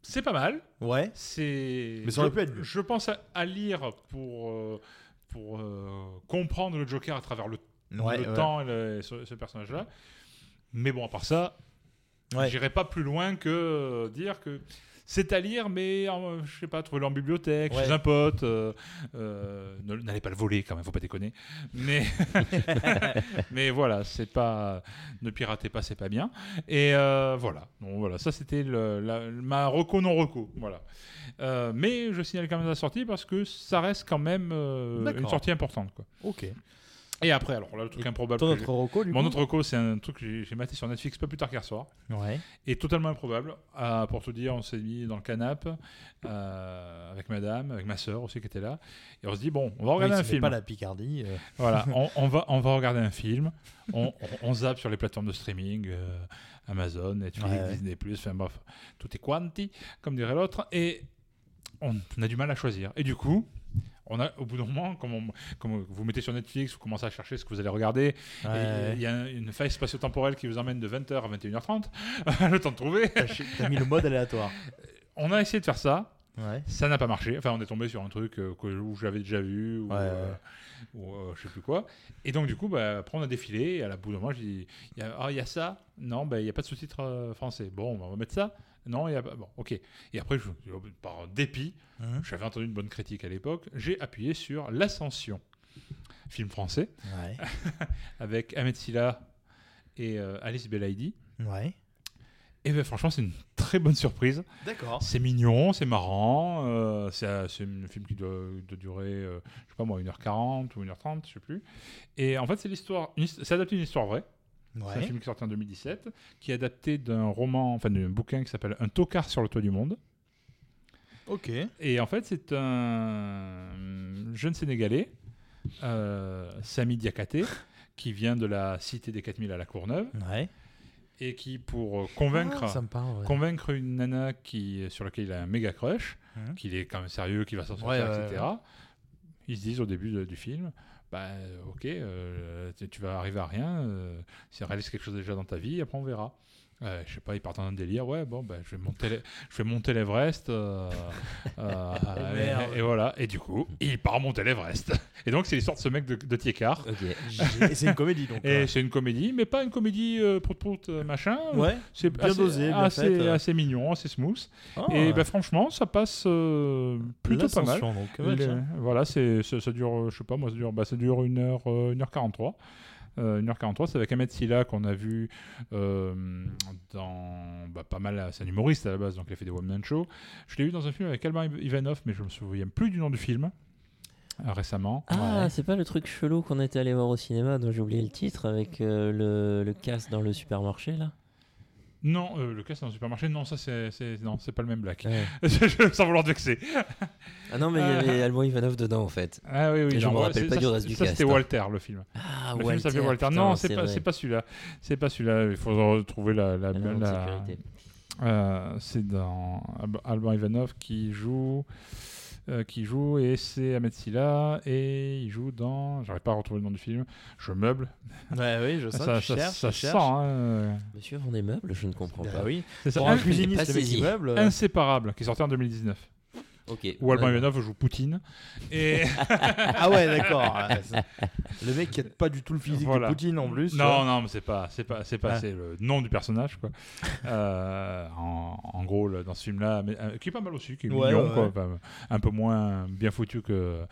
G: c'est pas mal.
F: Ouais.
G: C'est.
F: Mais ça aurait
G: je,
F: pu être mieux.
G: Je pense à, à lire pour euh, pour euh, comprendre le Joker à travers le,
F: Ouais,
G: le
F: ouais.
G: temps et le- ce, ce personnage-là. Mais bon, à part ça,
F: Ouais.
G: j'irai pas plus loin que euh, dire que. C'est à lire, mais euh, je sais pas, trouver en bibliothèque,
F: Ouais.
G: chez un pote. euh, euh, ne- N'allez pas le voler quand même, faut pas déconner.
F: [LAUGHS]
G: Mais, mais voilà, c'est pas, ne piratez pas, c'est pas bien. Et euh, voilà, donc voilà, ça c'était le- la- ma reco non reco, voilà. Euh, mais je signale quand même la sortie parce que ça reste quand même euh,
F: D'accord.
G: une sortie importante, quoi.
F: Ok.
G: Et après, alors là, le truc improbable.
F: ton
G: que
F: autre
G: j'ai-
F: reco, du
G: Mon
F: coup
G: autre reco, c'est un truc que j'ai- j'ai maté sur Netflix pas plus tard qu'hier soir.
F: Ouais.
G: Et totalement improbable. Ah, pour tout dire, on s'est mis dans le canapé euh, avec madame, avec ma soeur aussi qui était là. Et on se dit, bon, on va
F: Oui,
G: regarder
F: ce
G: un
F: n'est
G: film.
F: Pas la Picardie. euh. [LAUGHS]
G: Voilà, on, on va, on va regarder un film, on, on, on zappe sur les plateformes de streaming, euh, Amazon, Netflix,
F: Ouais, ouais.
G: Disney+, enfin bref, tout est quanti, comme dirait l'autre, et on, on a du mal à choisir. Et du coup, on a, au bout d'un moment, comme, on- comme vous mettez sur Netflix, vous commencez à chercher ce que vous allez regarder. et
F: Ouais.
G: Il y a une faille spatio-temporelle qui vous emmène de 20h à 21h30, [LAUGHS] le temps de trouver.
F: T'as mis le mode aléatoire.
G: On a essayé de faire ça.
F: Ouais.
G: Ça n'a pas marché. Enfin, on est tombé sur un truc euh, que, où j'avais déjà vu, ou,
F: Ouais, ouais.
G: euh, ou, euh, je sais plus quoi. Et donc, du coup, bah, après, on a défilé. Et à la bout d'un moment, j'ai dit il y a- Ah, il y a ça Non, bah, il n'y a pas de sous-titres euh, français. Bon, bah, on va mettre ça. Non, il y a pas. Bon, ok. Et après, je, je- par dépit,
F: Mhm.
G: j'avais entendu une bonne critique à l'époque, j'ai appuyé sur L'Ascension, film français,
F: Ouais.
G: avec Ahmed Silla et euh, Alice Belaïdi.
F: Ouais.
G: Et ben, franchement, c'est une très bonne surprise.
F: D'accord.
G: C'est mignon, c'est marrant. euh, c'est euh, c'est un film qui doit, doit durer, euh, je sais pas moi, 1h40 ou 1h30, je sais plus. Et en fait, c'est l'histoire. une his- C'est adapté d'une histoire vraie. C'est un
F: Ouais.
G: film qui est sorti en 2017, qui est adapté d'un roman, enfin d'un bouquin qui s'appelle Un tocard sur le toit du monde.
F: Ok.
G: Et en fait, c'est un jeune Sénégalais, euh, Sami Diakaté, qui vient de la cité des 4000 à la Courneuve. Et qui, pour euh, convaincre,
F: Ah, ça me parle, [LAUGHS] ouais.
G: convaincre une nana qui, sur laquelle il a un méga crush,
F: Mhm.
G: qu'il est quand même sérieux, qu'il va s'en sortir,
F: Ouais, ouais,
G: etc.
F: ouais.
G: Ils se disent au début de- du film, bah ok, euh, tu- tu vas arriver à rien, euh, si réalise quelque chose déjà dans ta vie, après on verra. Euh, je sais pas, ils partent dans un délire, ouais, bon, bah, je vais monter, l'E- je vais monter
F: [LAUGHS]
G: l'Everest. euh, euh, et-
F: Oh, Merde.
G: et, voilà, et du coup, il part monter l'Everest. [LAUGHS] Et donc, c'est l'histoire de ce mec de, de Tiekar.
F: Et c'est une comédie, donc,
G: Et
F: ouais.
G: c'est une euh. comédie, mais pas une comédie euh, prout-prout, euh, machin.
F: Ouais,
G: c'est
F: bien
G: assez-
F: dosé, bien
G: assez,
F: faite, euh.
G: assez mignon, assez smooth.
F: Ah.
G: et bah, franchement, ça passe euh, plutôt pas mal.
F: L'ascension, donc, quand même,
G: Les-
F: ça.
G: voilà, c'est, ça, ça dure, euh, je sais pas, moi, ça dure, bah, ça dure 1 heure, euh, une heure 43. Euh, 1h43, c'est avec Ahmed Silla qu'on a vu euh, dans bah, pas mal. C'est un humoriste à la base, donc il a fait des one-man shows. Je l'ai vu dans un film avec Albin Ivanov, mais je me souviens plus du nom du film euh, récemment.
B: Ah, c'est pas le truc chelou qu'on était allé voir au cinéma, dont j'ai oublié le titre, avec euh, le, le casse dans le supermarché, là
G: Non, euh, le cas c'est dans le supermarché. Non, ça c'est, c'est- non, c'est pas le même black.
B: Ouais.
G: Je- [LAUGHS] Sans vouloir te vexer.
B: Ah non, mais il y
G: Euh,
B: avait Alban Ivanov dedans, en fait.
G: Ah oui, oui.
B: Et je
G: non,
B: me
G: ouais,
B: rappelle
G: c'est-
B: pas
G: ça,
B: du
G: c'est-
B: reste du
G: Ça,
B: cast.
G: c'était
B: hein.
G: Walter, le film.
B: Ah,
G: le
B: Walter.
G: film s'appelait Walter.
B: putain,
G: non, c'est pas,
B: vrai.
G: c'est pas celui-là. C'est pas celui-là. Il faudra retrouver la. la,
B: nom de
G: la-
B: sécurité.
G: Euh, c'est dans Alb- Alban Ivanov qui joue. euh, qui joue et c'est Ahmed Silla et il joue dans j'arrive pas à retrouver le nom du film je meuble
F: Ouais, oui, je sais,
G: ça,
F: tu
G: ça,
F: cherches,
G: ça
F: tu cherches.
G: sent hein.
B: Monsieur vend des meubles, je ne comprends
F: Bah
B: pas.
F: oui.
G: C'est ça.
F: Pour un
G: Inf-
F: cuisiniste, le mec qui meuble, euh.
G: Inséparable, qui est sorti en 2019.
B: Ok.
G: Où Alban
B: Ouais.
G: Ivanov joue Poutine. Et...
B: [LAUGHS]
F: Ah ouais,
G: [LAUGHS]
F: d'accord. Ouais, c'est- le mec qui a pas du tout le physique de Poutine, en plus,
G: Non,
F: ouais.
G: non, mais c'est pas, c'est pas, c'est pas,
F: Ah.
G: c'est le nom du personnage quoi. [LAUGHS] Euh, en, en gros, le- dans ce film-là, mais, euh, qui est pas mal aussi, qui est
F: Ouais,
G: mignon
F: ouais,
G: quoi,
F: ouais.
G: enfin, un peu moins bien foutu que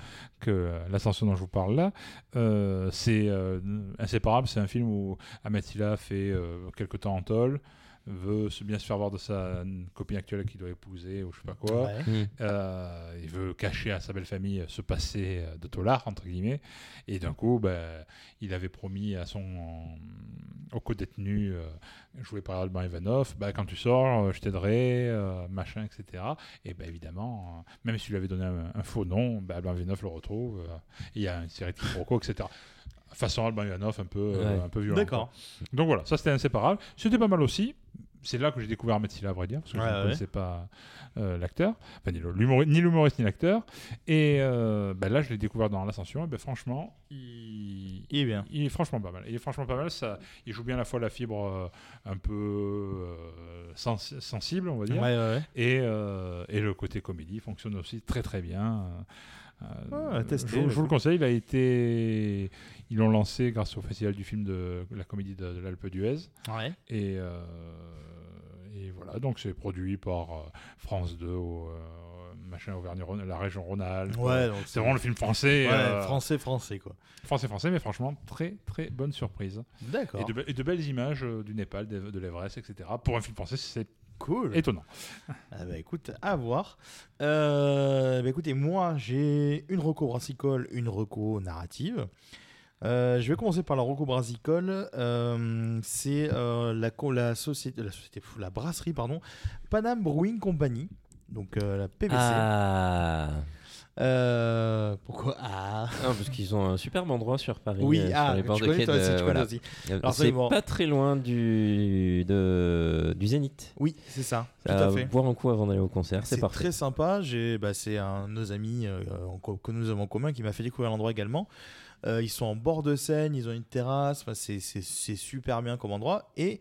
G: que l'ascension dont je vous parle là. Euh, c'est euh, inséparable, c'est un film où Ahmed Silla fait euh, quelque temps en tôle veut se bien se faire voir de sa copine actuelle qu'il doit épouser ou je sais pas quoi.
F: Ouais. Mm.
G: Euh, il veut cacher à sa belle famille ce passé euh, de tolard entre guillemets. Et d'un coup, ben, il avait promis à son au co-détenu euh, joué par Alban Ivanov, bah, quand tu sors, euh, je t'aiderai, euh, machin, etc. Et ben évidemment, euh, même s'il lui avait donné un, un faux nom, bah, Alban Ivanov le retrouve. euh, et Il y a une série de quiproquos, etc. Façon Alban Ivanov, un peu, euh,
F: Ouais.
G: un peu violent.
F: D'accord.
G: quoi. Donc voilà, ça c'était inséparable. C'était pas mal aussi. C'est là que j'ai découvert Metzila, à vrai dire, parce que
F: Ouais,
G: je ne
F: ouais.
G: connaissais pas euh, l'acteur, enfin, ni le- l'humoriste ni, l'humoriste, ni l'acteur. Et euh, bah, là, je l'ai découvert dans l'ascension. Et ben franchement, il...
F: Il est bien.
G: Il est franchement pas mal. Il est franchement pas mal. Ça, il joue bien à la fois la fibre euh, un peu euh, sens- sensible, on va dire,
F: Ouais, ouais, ouais.
G: Et, euh, et le côté comédie fonctionne aussi très très bien. Euh,
F: Ouais, Ah, à
G: euh,
F: tester,
G: je, vous- je vous
F: écoute.
G: le conseille. Il a été, ils l'ont lancé grâce au festival du film de la comédie de, de l'Alpe d'Huez.
F: Ouais.
G: Et, euh, et voilà, donc c'est produit par euh, France 2 au euh, machin Auvergne, la région Rhône-Alpes.
F: Ouais, donc
G: c'est vraiment le film français.
F: Ouais,
G: euh,
F: français, français, quoi.
G: Français, français, mais franchement, très, très bonne surprise.
F: D'accord.
G: Et de, be- et de belles images euh, du Népal, de, de l'Everest, etc. Pour un film français, c'est cool. étonnant.
F: Ah bah écoute, à voir. Euh, bah écoutez, moi j'ai une reco brassicole, une reco narrative. Euh, je vais commencer par la reco brassicole. Euh, c'est euh, la, co- la société, la société, pff, la Ah, brasserie pardon, Panam Brewing Company, donc euh, la PBC.
B: Ah.
F: Euh, pourquoi Ah
B: Non, parce qu'ils ont un superbe endroit sur Paris.
F: Oui,
B: euh, sur
F: ah,
B: les
F: tu
B: bords de
F: connais
B: quai
F: toi
B: de-
F: aussi, tu
B: voilà.
F: connais aussi.
B: Euh,
F: Alors,
B: C'est
F: bon.
B: pas très loin du, de, du Zénith.
F: Oui, c'est ça, tout
B: Euh,
F: à fait. Ah,
B: Boire un coup avant d'aller au concert, c'est
F: C'est
B: parfait.
F: très sympa. J'ai, bah, c'est un de nos amis euh, en co- que nous avons en commun qui m'a fait découvrir l'endroit également. Euh, ils sont en bord de Seine, ils ont une terrasse. Enfin, c'est, c'est- c'est super bien comme endroit. Et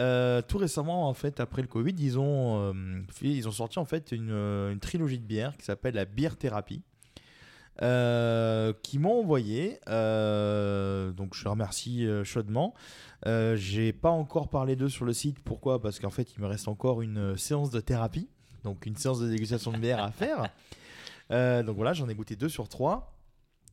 F: euh, tout récemment, en fait, après le Covid, ils ont, euh, fait- ils ont sorti en fait une, euh, une trilogie de bières qui s'appelle la bière thérapie. euh, qui m'ont envoyé, euh, donc je les remercie euh, chaudement. Euh, j'ai pas encore parlé d'eux sur le site, pourquoi Parce qu'en fait, il me reste encore une euh, séance de thérapie, donc une séance de dégustation de bière à faire. Euh, donc voilà, j'en ai goûté deux sur trois.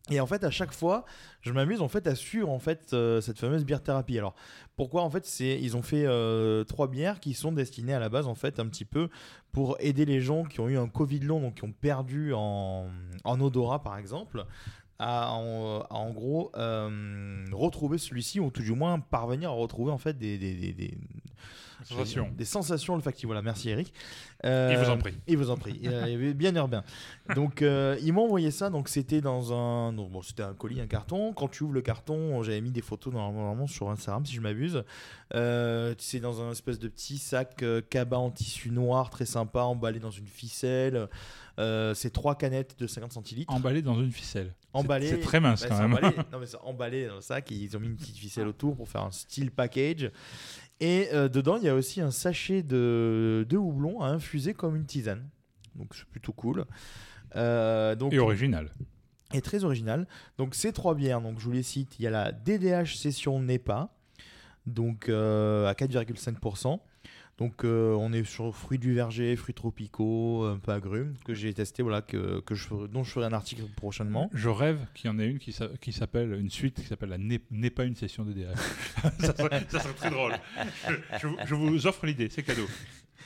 F: Et en fait, à chaque fois, je m'amuse en fait à suivre en fait euh, cette fameuse bière thérapie. Alors pourquoi en fait c'est ils ont fait euh, trois bières qui sont destinées à la base en fait un petit peu pour aider les gens qui ont eu un Covid long donc qui ont perdu en, en odorat par exemple à en, à, en gros euh, retrouver celui-ci ou tout du moins parvenir à retrouver en fait des, des, des- des-
G: Sensations.
F: des sensations olfactives. Voilà, merci Eric.
G: Il vous en prie.
F: Il vous en prie. Euh, bien urbain. Donc, euh, ils m'ont envoyé ça. Donc, c'était dans un. donc, bon, c'était un colis, un carton. Quand tu ouvres le carton, j'avais mis des photos normalement sur Instagram, si je m'abuse. Euh, c'est dans un espèce de petit sac euh, cabas en tissu noir, très sympa, emballé dans une ficelle. Euh, c'est trois canettes de 50 centilitres.
G: Emballé dans une ficelle.
F: Emballé.
G: C'est- C'est très mince
F: Bah,
G: quand
F: c'est
G: même.
F: emballé- [LAUGHS] non, mais c'est emballé dans le sac. Ils ont mis une petite ficelle autour pour faire un style package. Et euh, dedans, il y a aussi un sachet de, de houblon à infuser comme une tisane. Donc c'est plutôt cool. Euh, donc,
G: Et original.
F: Et très original. Donc ces trois bières, donc je vous les cite, il y a la DDH Session NEPA, donc euh, à 4,5%. Donc euh, on est sur fruits du verger, fruits tropicaux, un peu agrumes, que j'ai testé, voilà, que, que je, ferai- dont je ferai un article prochainement.
G: Je rêve qu'il y en ait une qui s'a- qui s'appelle une suite qui s'appelle la n'est n'est pas une session de DDR. [LAUGHS] ça, serait, ça serait très drôle. Je, je vous- je vous offre l'idée, c'est cadeau.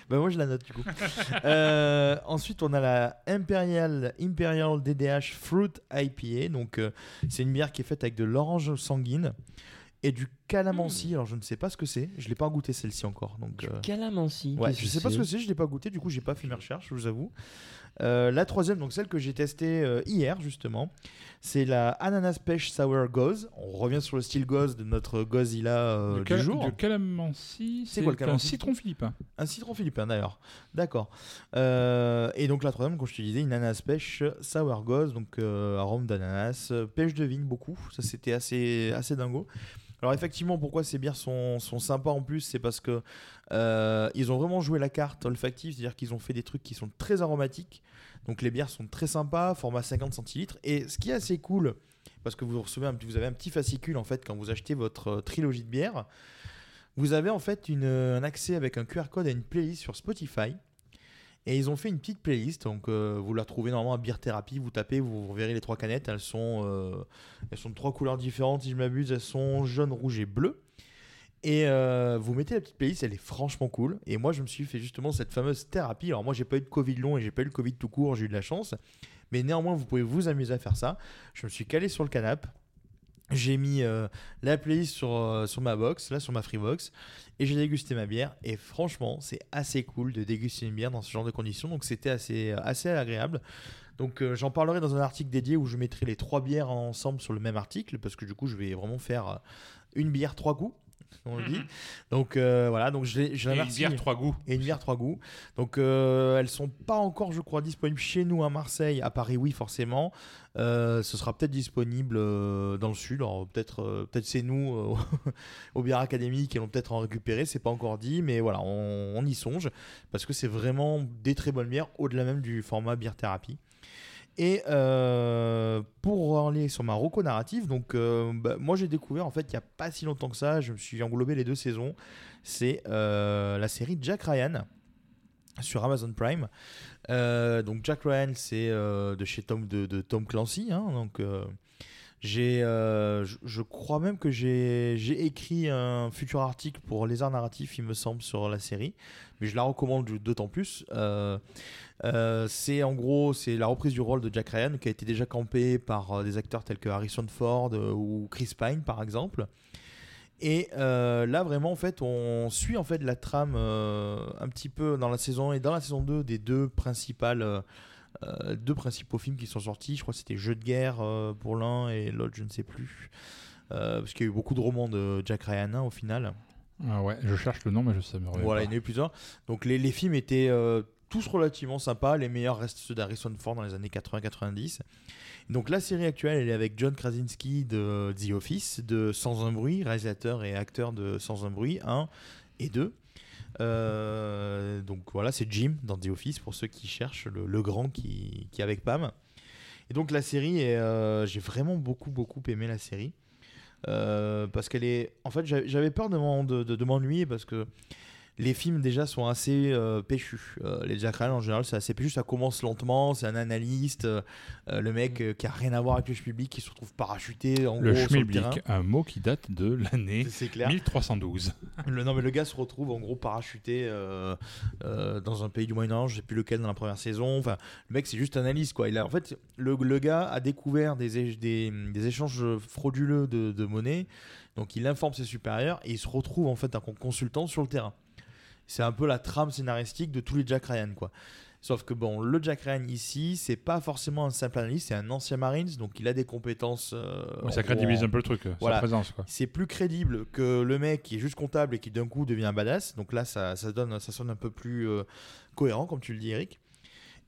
F: Bah moi je la note du coup. [LAUGHS] Euh, ensuite on a la Imperial Imperial DDH Fruit IPA. Donc euh, c'est une bière qui est faite avec de l'orange sanguine et du
B: Hmm.
F: calamansi. Alors je ne sais pas ce que c'est. Je l'ai pas goûté celle-ci encore. Donc euh,
B: Calamansi.
F: Ouais,
B: qu'est-ce
F: je
B: que
F: sais pas ce que
B: c'est
F: c'est. Je l'ai pas goûté. Du coup j'ai pas fait mes recherches. Je vous avoue. Euh, la troisième, donc celle que j'ai testée euh, hier justement, c'est la Ananas Pêche Sour Gauze. On revient sur le style Gauze de notre Gozilla euh,
G: Le
F: du
G: cal-
F: jour.
G: le calamansi,
F: C'est quoi le
G: un
F: calamansi
G: citron philippin.
F: Un citron philippin d'ailleurs. D'accord. Euh, et donc la troisième, comme je te disais, une ananas pêche, sour gosse, donc euh, arôme d'ananas, euh, pêche de vigne beaucoup. Ça c'était assez, assez dingo. Alors effectivement, pourquoi ces bières sont, sont sympas en plus, c'est parce que euh, ils ont vraiment joué la carte olfactive, c'est-à-dire qu'ils ont fait des trucs qui sont très aromatiques. Donc les bières sont très sympas, format 50 centilitres. Et ce qui est assez cool, parce que vous recevez, un, petit- vous avez un petit fascicule en fait quand vous achetez votre euh, trilogie de bières. Vous avez en fait une, euh, un accès avec un QR code à une playlist sur Spotify. Et ils ont fait une petite playlist, donc euh, vous la trouvez normalement à Beer Therapy, vous tapez, vous verrez les trois canettes, elles sont, euh, elles sont de trois couleurs différentes, si je m'abuse, elles sont jaune, rouge et bleu. Et euh, vous mettez la petite playlist, elle est franchement cool. Et moi, je me suis fait justement cette fameuse thérapie. Alors moi, j'ai pas eu de Covid long et j'ai pas eu le Covid tout court, j'ai eu de la chance. Mais néanmoins, vous pouvez vous amuser à faire ça. Je me suis calé sur le canapé. J'ai mis euh, la playlist sur, euh, sur ma box, là sur ma Freebox, et j'ai dégusté ma bière. Et franchement, c'est assez cool de déguster une bière dans ce genre de conditions, donc c'était assez, euh, assez agréable. Donc euh, j'en parlerai dans un article dédié où je mettrai les trois bières ensemble sur le même article, parce que du coup je vais vraiment faire euh, une bière trois goûts, on le dit. Donc euh, voilà, donc je, les- je la
G: Mhm. Et une
F: remercie.
G: bière trois goûts.
F: Et une bière trois goûts. Donc euh, elles sont pas encore, je crois, disponibles chez nous à Marseille. À Paris, oui, forcément. Euh, ce sera peut-être disponible euh, dans le sud. Alors, Peut-être euh, peut-être c'est nous euh, [LAUGHS] au Bière Academy qui allons peut-être en récupérer. C'est pas encore dit, mais voilà, on, on y songe parce que c'est vraiment des très bonnes bières au-delà même du format bière thérapie. Et euh, pour aller sur ma reco narrative, donc euh, bah, moi j'ai découvert en fait il n'y a pas si longtemps que ça, je me suis englobé les deux saisons, c'est euh, la série Jack Ryan sur Amazon Prime. Euh, donc Jack Ryan, c'est euh, de chez Tom de, de Tom Clancy. hein, donc euh, j'ai, euh, je, je crois même que j'ai, j'ai écrit un futur article pour Les Arts Narratifs, il me semble, sur la série. Mais je la recommande d- d'autant plus. Euh, euh, c'est en gros, c'est la reprise du rôle de Jack Ryan qui a été déjà campé par euh, des acteurs tels que Harrison Ford euh, ou Chris Pine, par exemple. Et euh, là, vraiment, en fait, on suit en fait la trame euh, un petit peu dans la saison et dans la saison 2 des deux principales euh, euh, deux principaux films qui sont sortis. Je crois que c'était Jeu de guerre euh, pour l'un et l'autre, je ne sais plus. Euh, parce qu'il y a eu beaucoup de romans de Jack Ryan hein, au final.
G: Ah ouais, je cherche le nom, mais je sais me
F: Voilà, il y en a eu plusieurs. Donc les, les films étaient euh, tous relativement sympas. Les meilleurs restent ceux d'Harrison Ford dans les années 80-90. Donc la série actuelle, elle est avec John Krasinski de The Office, de Sans un bruit, réalisateur et acteur de Sans un bruit 1 et 2. Euh, donc voilà, c'est Jim dans The Office pour ceux qui cherchent le, le grand qui, qui est avec Pam. Et donc la série, euh, j'ai vraiment beaucoup beaucoup aimé la série euh, parce qu'elle est. En fait, j'avais peur de m'ennuyer de, de, de parce que les films déjà sont assez euh, péchus. Euh, les Jack Ryan en général, c'est assez péchu. Ça commence lentement, c'est un analyste, euh, le mec euh, qui a rien à voir avec le public, qui se retrouve parachuté en
G: le
F: gros sur le
G: terrain. un mot qui date de l'année 1312.
F: Le, non mais le gars se retrouve en gros parachuté euh, dans un pays du Moyen-Orient, je sais plus lequel dans la première saison. Enfin, le mec c'est juste analyste quoi. Il a, en fait, le, le gars a découvert des, des, des échanges frauduleux de, de monnaie. Donc il informe ses supérieurs et il se retrouve en fait un consultant sur le terrain. C'est un peu la trame scénaristique de tous les Jack Ryan, quoi. Sauf que bon, le Jack Ryan ici, c'est pas forcément un simple analyste, c'est un ancien Marines, donc il a des compétences. Euh,
G: ouais, ça crédibilise en... un peu le truc, voilà. sa présence.
F: C'est plus crédible que le mec qui est juste comptable et qui d'un coup devient un badass. Donc là, ça, ça, donne, ça sonne un peu plus euh, cohérent, comme tu le dis, Eric.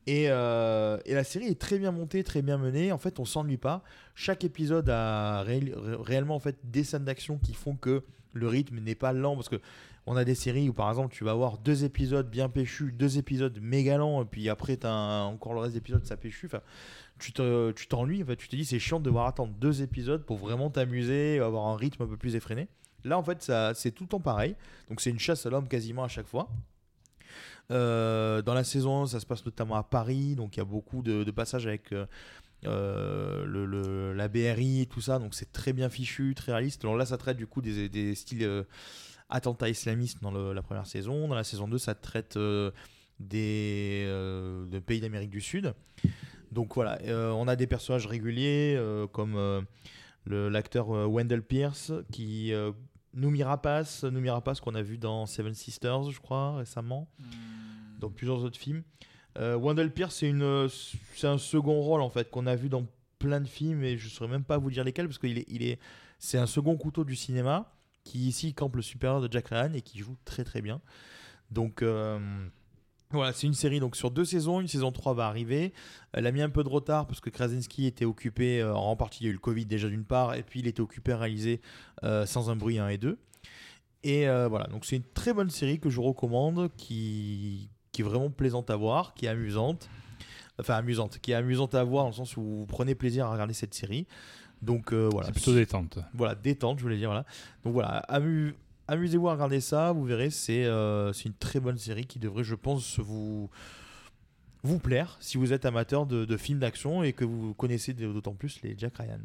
F: Et, euh, et, la série est très bien montée, très bien menée. En fait, on s'ennuie pas. Chaque épisode a ré ré réellement en fait des scènes d'action qui font que le rythme n'est pas lent parce que on a des séries où par exemple tu vas avoir deux épisodes bien péchus, deux épisodes méga lents et puis après t'as encore le reste d'épisodes ça péchu. Enfin, tu t'ennuies. Te, en fait, tu te dis c'est chiant de devoir attendre deux épisodes pour vraiment t'amuser, avoir un rythme un peu plus effréné. Là en fait ça c'est tout le temps pareil. Donc c'est une chasse à l'homme quasiment à chaque fois. Euh, dans la saison 1, ça se passe notamment à Paris, donc il y a beaucoup de, de passages avec euh, le, le, la BRI et tout ça, donc c'est très bien fichu, très réaliste. Alors là, ça traite du coup des, des styles euh, attentats islamistes dans le, la première saison. Dans la saison 2, ça traite euh, des, euh, de pays d'Amérique du Sud. Donc voilà, euh, on a des personnages réguliers euh, comme l'acteur euh, Wendell Pierce qui. euh, Noumi Rapace, Noumi Rapace qu'on a vu dans Seven Sisters, je crois, récemment, mmh. dans plusieurs autres films. Euh, Wendell Pierce, c'est une, c'est un second rôle en fait qu'on a vu dans plein de films et je saurais même pas vous dire lesquels parce qu'il est, il est, c'est un second couteau du cinéma qui ici campe le supérieur de Jack Ryan et qui joue très très bien. Donc euh, voilà, c'est une série donc sur deux saisons, une saison 3 va arriver. Elle a mis un peu de retard parce que Krasinski était occupé, euh, en partie il y a eu le Covid déjà d'une part, et puis il était occupé à réaliser euh, Sans un bruit 1 et 2. Et euh, voilà, donc c'est une très bonne série que je recommande, qui, qui est vraiment plaisante à voir, qui est amusante. Enfin amusante, qui est amusante à voir dans le sens où vous prenez plaisir à regarder cette série. Donc euh, voilà.
G: C'est plutôt détente.
F: Voilà, détente, je voulais dire, voilà. Donc voilà, amu amusez-vous à regarder ça, vous verrez, c'est euh, une très bonne série qui devrait, je pense, vous, vous plaire si vous êtes amateur de, de films d'action et que vous connaissez d'autant plus les Jack Ryan.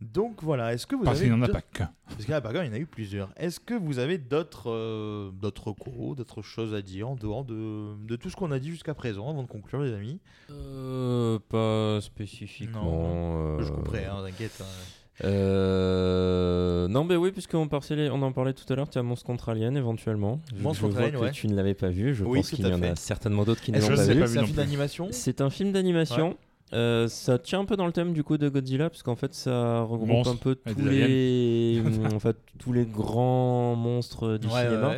F: Donc voilà, est-ce que vous
G: Parce
F: avez.
G: Parce qu'il n'y en a pas qu'un.
F: Parce qu'il n'y en a pas qu'un, il y en a eu plusieurs. Est-ce que vous avez d'autres euh, d'autres cours, d'autres choses à dire en dehors de, de tout ce qu'on a dit jusqu'à présent, avant de conclure, les amis
B: euh, Pas spécifiquement. euh, Non,
F: Je couperai, hein, t'inquiète. Hein.
B: Euh... Non, mais oui, puisqu'on on en parlait tout à l'heure, tu as Monstre contre Alien éventuellement.
F: Monstre contre Alien, ouais.
B: tu ne l'avais pas vu, je
F: oui,
B: pense qu'il y en a certainement d'autres qui ne
F: l'ont
B: pas, vu.
F: C'est un film d'animation
B: bah C'est un film d'animation. Ouais. Euh, ça tient un peu dans le thème du coup de Godzilla parce qu'en fait ça regroupe monstres. un peu tous les [LAUGHS] en fait, tous les grands monstres du ouais, cinéma.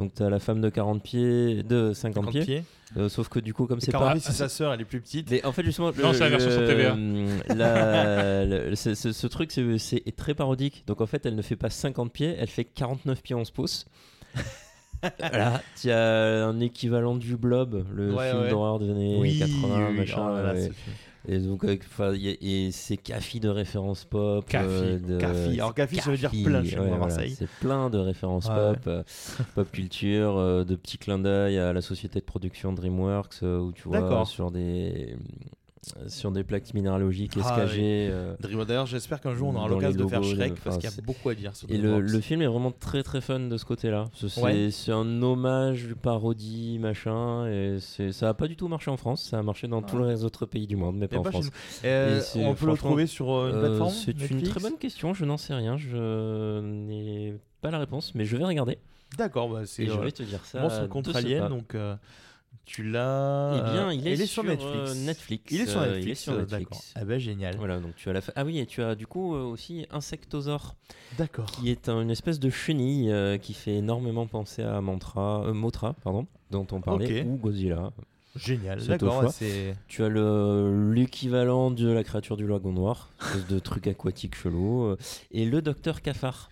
B: Donc t'as la femme de 40 pieds, de 50, 50 pieds. pieds. Euh, sauf que du coup, comme c'est pas.
F: c'est sa sœur, elle est plus petite.
B: Mais en fait, justement.
G: Non, c'est la version sur TVA.
F: [LAUGHS]
B: La, le, ce, ce, ce, truc, c'est très parodique. Donc en fait, elle ne fait pas 50 pieds, elle fait 49 pieds
F: [LAUGHS]
B: 11 pouces. voilà, il y a un équivalent du Blob, le
F: ouais,
B: film
F: ouais.
B: d'horreur des années
F: oui,
B: 80,
F: oui,
B: machin.
F: Oh, là,
B: et, et donc, euh, et, et c'est Caffi de référence pop.
F: Caffi.
B: Euh, de,
F: Caffi. Alors, Caffi, ça veut dire plein chez
B: ouais,
F: moi à Marseille.
B: Voilà, c'est plein de références
F: Ouais.
B: pop, euh, [LAUGHS] pop culture, euh, de petits clins d'œil à la société de production DreamWorks, euh, où tu vois,
F: D'accord.
B: sur des. euh, Sur des plaques minéralogiques
F: Ah,
B: escagées. euh,
F: Dream- D'ailleurs, j'espère qu'un jour on aura
B: dans les
F: l'occasion de faire
B: logos,
F: Shrek
B: enfin,
F: parce qu'il y a
B: c'est-
F: beaucoup à dire sur
B: Et le,
F: DreamWorks.
B: le film est vraiment très très fun de ce côté-là. C'est- C'est
F: Ouais.
B: c'est un hommage, parodie, machin. Et c'est- ça a pas du tout marché en France. Ça a marché dans tous les autres pays du monde, mais
F: Mais
B: pas en
F: pas chez
B: France.
F: nous. Euh,
B: Et c'est-
F: on peut le
B: franchement,
F: trouver sur euh, une
B: Euh,
F: plateforme
B: C'est une
F: Netflix
B: très bonne question. Je n'en sais rien. Je n'ai pas la réponse, mais je vais regarder.
F: D'accord, bah, c'est.
B: Et je
F: euh,
B: vais te dire ça.
F: Monstre
B: de
F: contre
B: ce
F: Alien,
B: pas.
F: donc euh, Tu l'as.
B: Eh bien, il est,
F: il Euh, est
B: sur,
F: sur Netflix.
B: euh, Netflix.
F: Il est sur
B: Euh,
F: Netflix,
B: il est sur
F: euh,
B: Netflix.
F: d'accord. Ah bah génial.
B: Voilà, donc tu as la fa- Ah oui, et tu as du coup euh, aussi Insectosaur.
F: D'accord.
B: Qui est un- une espèce de chenille euh, qui fait énormément penser à Mantra, euh, Mothra, pardon, dont on parlait,
F: Ok.
B: ou Godzilla.
F: Génial,
B: cette
F: d'accord,
B: fois.
F: ouais, c'est-
B: Tu as le- l'équivalent de la créature du lagon noir, espèce de truc aquatique chelou, euh, et le docteur Cafard.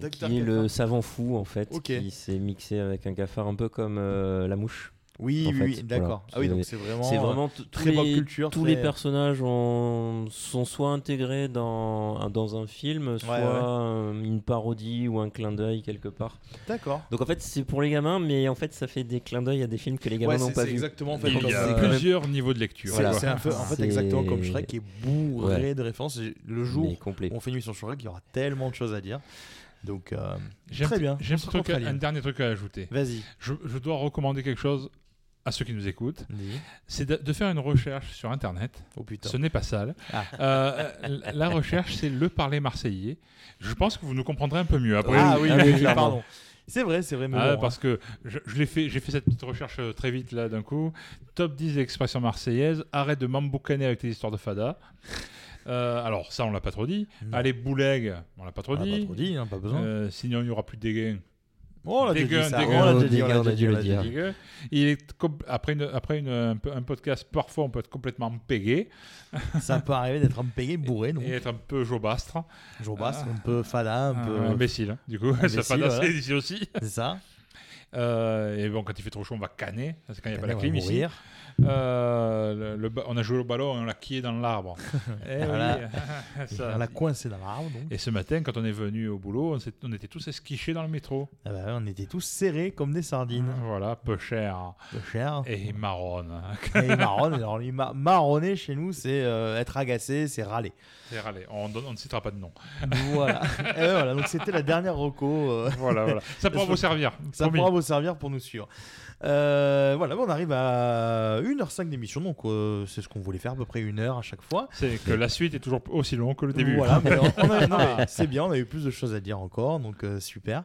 F: Docteur
B: qui est le
F: Cafard.
B: savant fou en fait,
F: Ok.
B: qui s'est mixé avec un cafard un peu comme euh, la mouche.
F: Oui,
B: en
F: oui,
B: fait.
F: oui, d'accord. Ah oui, donc c'est vraiment,
B: c'est vraiment
F: euh,
B: t- tous
F: très
B: les-
F: pop culture,
B: Tous
F: très-
B: les personnages ont- sont soit intégrés dans dans un film, soit
F: ouais.
B: euh, une parodie ou un clin d'œil quelque part.
F: D'accord.
B: Donc en fait c'est pour les gamins, mais en fait ça fait des clins d'œil à des films que les gamins
F: Ouais,
B: n'ont
F: c'est-
B: pas
F: c'est
B: vus.
F: exactement, en fait,
B: Donc,
F: comme,
B: c'est
F: euh,
B: quand même-
G: plusieurs niveaux de lecture,
F: Voilà,
G: quoi.
F: c'est un peu, en fait
B: C'est-
F: exactement comme Shrek qui est bourré
B: Ouais.
F: de références. Et Le jour
B: Mais complet.
F: où on fait une émission sur Shrek, il y aura tellement de choses à dire. Donc, euh, très bien.
G: J'ai un,
F: On
G: petit
F: se
G: truc à-
F: retrouve,
G: un
F: Aline.
G: dernier truc à ajouter.
F: Vas-y.
G: Je, je dois recommander quelque chose à ceux qui nous écoutent.
F: Vas-y.
G: C'est de, de faire une recherche sur Internet.
F: Oh,
G: Ce n'est pas sale.
F: Ah.
G: Euh, la- la recherche, c'est le parler marseillais. Je pense que vous nous comprendrez un peu mieux après.
F: Ah oui, oui, pardon. C'est vrai, c'est vrai. mais
G: Ah,
F: bon, hein.
G: parce que je, je l'ai fait, j'ai fait cette petite recherche euh, très vite là d'un coup. Top 10 expressions marseillaises. Arrête de m'emboucaner avec tes histoires de fada. Euh, alors ça on l'a pas trop dit. Allez bouleg, on l'a pas
F: On
G: trop
F: l'a
G: dit.
F: pas trop dit, hein, pas besoin.
G: Euh, sinon il y aura plus de dégain.
F: Oh, on l'a déjà
G: Dégain,
F: dit ça,
G: dégain.
F: on l'a déjà dit, on l'a déjà dit, on l'a déjà dit.
G: Dégain. Il est com- après une- après une- un, peu- un podcast parfois on peut être complètement pégué.
F: Ça peut arriver d'être un pégué bourré
G: Et être un peu jobastre.
F: Jobastre,
G: Ah.
F: un peu fada, un peu-
G: Imbécile, hein. du coup.
F: Imbécile,
G: [LAUGHS] ça fada,
F: voilà.
G: c'est ici aussi.
F: C'est ça.
G: Eh Euh, et bon, quand il fait trop chaud, on va canner. Ça, C'est quand il n'y a pas
F: Canner,
G: ben, la clim
F: on va
G: ici.
F: mourir.
G: Euh, le- le ba- on a joué au ballon et on l'a quillé dans
F: [LAUGHS]
G: l'arbre. Eh oui.
F: Voilà.
G: Ça-
F: [LAUGHS] On l'a coincé dans l'arbre. donc.
G: Et ce matin, quand on est venu au boulot, on, s'est- on était tous esquichés dans le métro.
F: Ah bah ouais, on était tous serrés comme des sardines.
G: Voilà, peu cher.
F: Peu cher.
G: Et hein. marronne.
F: [LAUGHS] Et marronne, alors lui, ma- marronner chez nous, c'est euh, être agacé, c'est râler.
G: C'est râlé. On, donne- on ne citera pas de nom.
F: [LAUGHS] Voilà. Et Eh voilà, donc c'était la dernière reco. euh.
G: Voilà, voilà. Ça pourra vous servir,
F: [LAUGHS] Ça
G: promis.
F: pourra vous servir pour nous suivre. Euh, voilà, bon, on arrive à 1h05 d'émission, donc euh, c'est ce qu'on voulait faire à peu près une heure à chaque fois.
G: C'est que la suite est toujours aussi longue que le début.
F: Voilà, mais on-
G: [LAUGHS]
F: on a- non, mais c'est bien, on a eu plus de choses à dire encore, donc euh, super.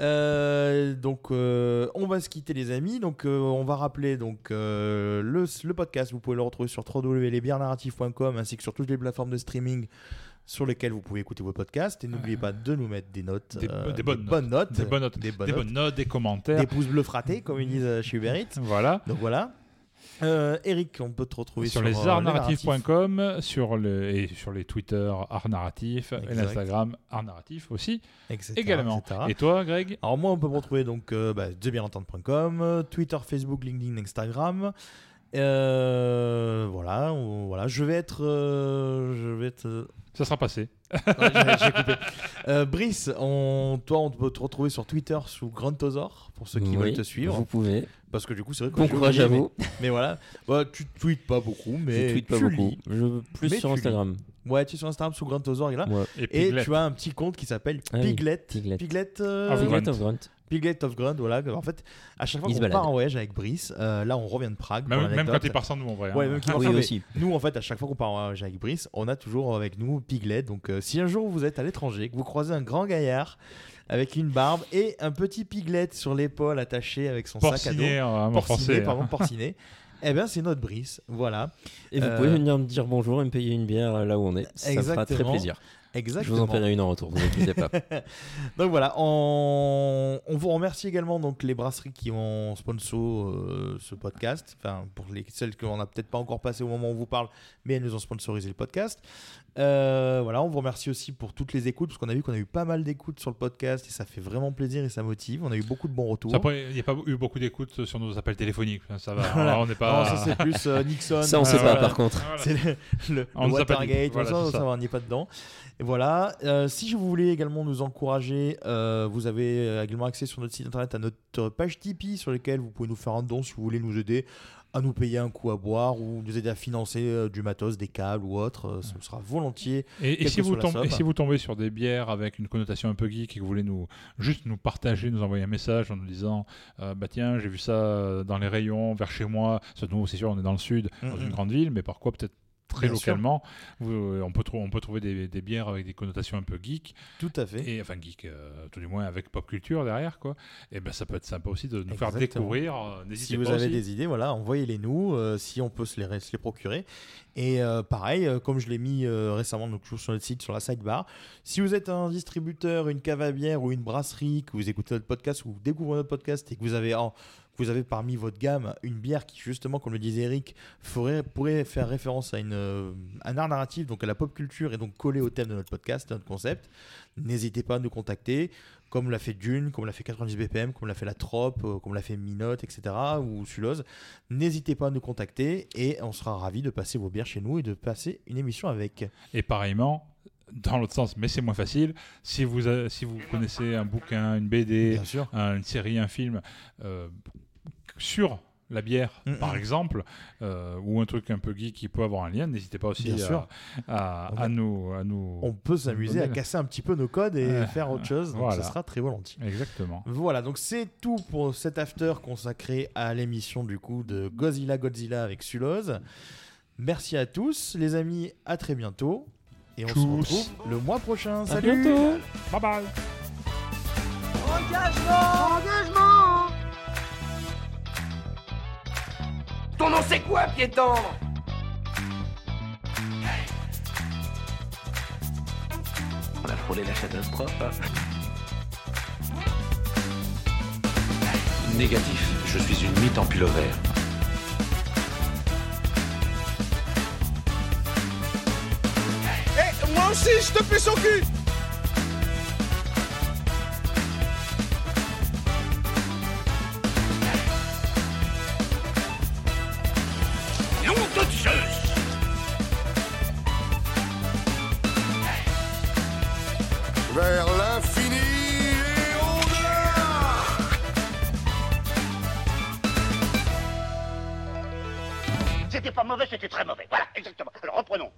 F: Euh, donc euh, on va se quitter les amis. Donc euh, on va rappeler donc euh, le, le podcast, vous pouvez le retrouver sur www.lesbiernarratifs.com ainsi que sur toutes les plateformes de streaming sur lesquelles vous pouvez écouter vos podcasts et n'oubliez pas de nous mettre des notes,
G: Des,
F: euh,
G: bo- des bonnes,
F: notes,
G: Des bonnes notes.
F: des bonnes notes.
G: notes, des commentaires.
F: Des pouces bleus fratés, comme ils disent euh, chez Uber Eats.
G: Voilà.
F: Donc voilà. Euh, Eric, on peut te retrouver sur,
G: sur, les
F: euh,
G: artsnarratifs.com sur le, et sur les Twitter Art Narratif et
F: Exact.
G: l'Instagram Art Narratif aussi.
F: Etc.,
G: également.
F: etc.
G: Et toi, Greg
F: Alors moi, on peut me retrouver donc euh, bah, debienentendre.com, euh, Twitter, Facebook, LinkedIn, Instagram. Euh, voilà, on- voilà, je vais être, euh, je vais être.
G: Ça sera passé.
F: J'ai coupé. Euh, Brice, on, toi, on peut te retrouver sur Twitter sous Grantosaur pour ceux qui
B: Oui,
F: veulent te suivre.
B: vous pouvez.
F: Parce que du coup, c'est vrai que
B: Bon
F: j'ai
B: courage
F: oublié,
B: à
F: mais-
B: vous.
F: Mais, voilà, Ouais, tu tweets pas beaucoup, mais
B: Je tweete pas
F: tu
B: beaucoup.
F: lis.
B: Je- plus
F: Mais
B: sur
F: tu lis.
B: Instagram.
F: Ouais, tu es sur Instagram sous Grantosaur, il est là.
B: Ouais. Et
F: Et,
B: Piglet.
F: tu as un petit compte qui s'appelle
B: Ah oui,
F: Piglet.
B: Piglet.
F: euh,
B: Of Grunt. Piglet of Grunt.
F: Piglet of Grunt, voilà. En fait, à chaque fois
B: Il se
F: qu'on
B: balade.
F: part en voyage avec Brice, euh, là on revient de Prague.
G: Même-
F: pour
G: même
F: l'anecdote.
G: quand il part sans nous, en vrai, hein.
F: Ouais, même
B: Ah
F: quand il part
G: Oui,
F: sans nous.
G: aussi.
F: Nous, en fait, à chaque fois qu'on part en voyage avec Brice, on a toujours avec nous Piglet. Donc, euh, si un jour vous êtes à l'étranger, que vous croisez un grand gaillard avec une barbe et un petit Piglet sur l'épaule attaché avec son sac à dos.
G: Porcinet, euh, en
F: Porcinet,
G: français, hein.
F: pardon, porciné. Eh bien, c'est notre Brice, voilà.
B: Et vous
F: Euh,
B: pouvez venir me dire bonjour et me payer une bière euh, là où on est. Ça me fera très
F: Exactement.
B: plaisir.
F: Exactement.
B: Je vous en paierai une en retour, vous inquiétez
F: [LAUGHS]
B: pas.
F: donc voilà, on, on vous remercie également donc les brasseries qui ont sponsor euh, ce podcast. Enfin, pour les, celles qu'on n'a peut-être pas encore passées au moment où on vous parle, mais elles nous ont sponsorisé le podcast. Euh, voilà, on vous remercie aussi pour toutes les écoutes, parce qu'on a vu qu'on a eu pas mal d'écoutes sur le podcast et ça fait vraiment plaisir et ça motive. On a eu beaucoup de bons retours.
G: Ça, après, il n'y a pas eu beaucoup d'écoutes sur nos appels téléphoniques. hein, Ça va,
F: [LAUGHS] Voilà.
G: on n'est pas.
F: Non, ça
G: [LAUGHS]
F: c'est plus euh, Nixon.
B: Ça, on
F: Euh,
B: sait pas,
F: voilà.
B: par contre.
F: C'est le, le-
B: On
F: le
B: nous a pas dit.
F: Watergate,
B: Voilà,
F: on s'en-
B: c'est
F: ça,
B: ça.
F: va, on n'y est pas dedans. Et voilà. Euh, si vous voulez également nous encourager, euh, vous avez euh, également accès sur notre site internet à notre page Tipeee sur laquelle vous pouvez nous faire un don si vous voulez nous aider à nous payer un coup à boire ou nous aider à financer euh, du matos, des câbles ou autre. Euh, ce sera volontiers.
G: Et, et
F: quelle
G: si
F: que
G: vous
F: soit la
G: tombez, et
F: somme.
G: si vous tombez sur des bières avec une connotation un peu geek et que vous voulez nous juste nous partager, nous envoyer un message en nous disant euh, bah tiens j'ai vu ça euh, dans les rayons vers chez moi. Parce que nous c'est sûr on est dans le sud, dans
F: Mhm.
G: une grande ville, mais par quoi peut-être très
F: Bien sûr.
G: localement. Vous- euh, on, peut trou- on peut trouver des, des bières avec des connotations un peu geek.
F: Tout à fait.
G: Et, enfin, geek, euh, tout du moins avec pop culture derrière. Quoi. Et ben, ça peut être sympa aussi de nous faire
F: Exactement.
G: découvrir. euh, N'hésitez
F: Si vous
G: pas
F: avez
G: aussi.
F: des idées, voilà, envoyez-les nous, euh, si on peut se les, se les procurer. Et euh, pareil, euh, comme je l'ai mis euh, récemment donc, toujours sur notre site, sur la sidebar, si vous êtes un distributeur, une cave à bière ou une brasserie, que vous écoutez notre podcast ou vous découvrez notre podcast et que vous avez, en- que vous avez parmi votre gamme une bière qui, justement, comme le disait Eric, ferait- pourrait faire référence à une, euh, un art narratif, donc à la pop culture et donc collé au thème de notre podcast, de notre concept, n'hésitez pas à nous contacter comme l'a fait Dune, comme l'a fait 90 BPM, comme l'a fait La Trope, euh, comme l'a fait Minote, etc. ou Sulose, n'hésitez pas à nous contacter et on sera ravis de passer vos bières chez nous et de passer une émission avec.
G: Et pareillement, dans l'autre sens, mais c'est moins facile. Si vous, euh, si vous connaissez un bouquin, une BD, un- une série, un film euh, sur la bière,
F: Mm,
G: par
F: mm.
G: exemple, euh, ou un truc un peu geek qui peut avoir un lien, n'hésitez pas aussi
F: Bien
G: à,
F: sûr.
G: à- à
F: On-
G: nous, à nous.
F: On peut s'amuser à
G: Modèle.
F: casser un petit peu nos codes et
G: Euh,
F: faire autre chose, donc
G: voilà.
F: ça sera très volontiers.
G: Exactement.
F: Voilà, donc c'est tout pour cet after consacré à l'émission du coup de Godzilla Godzilla avec Sulose. Merci à tous, les amis, à très bientôt. Et on se retrouve le mois prochain. Salut
G: Bye bye
E: Engagement Engagement
A: Ton nom c'est quoi, piéton
J: On a frôlé la catastrophe. Négatif, je suis une mythe en pullover.
D: Eh, moi aussi, je te fais son cul
A: Nom de Zeus
C: vers l'infini et au-delà.
K: C'était pas mauvais, c'était très mauvais. Voilà, exactement. Alors reprenons.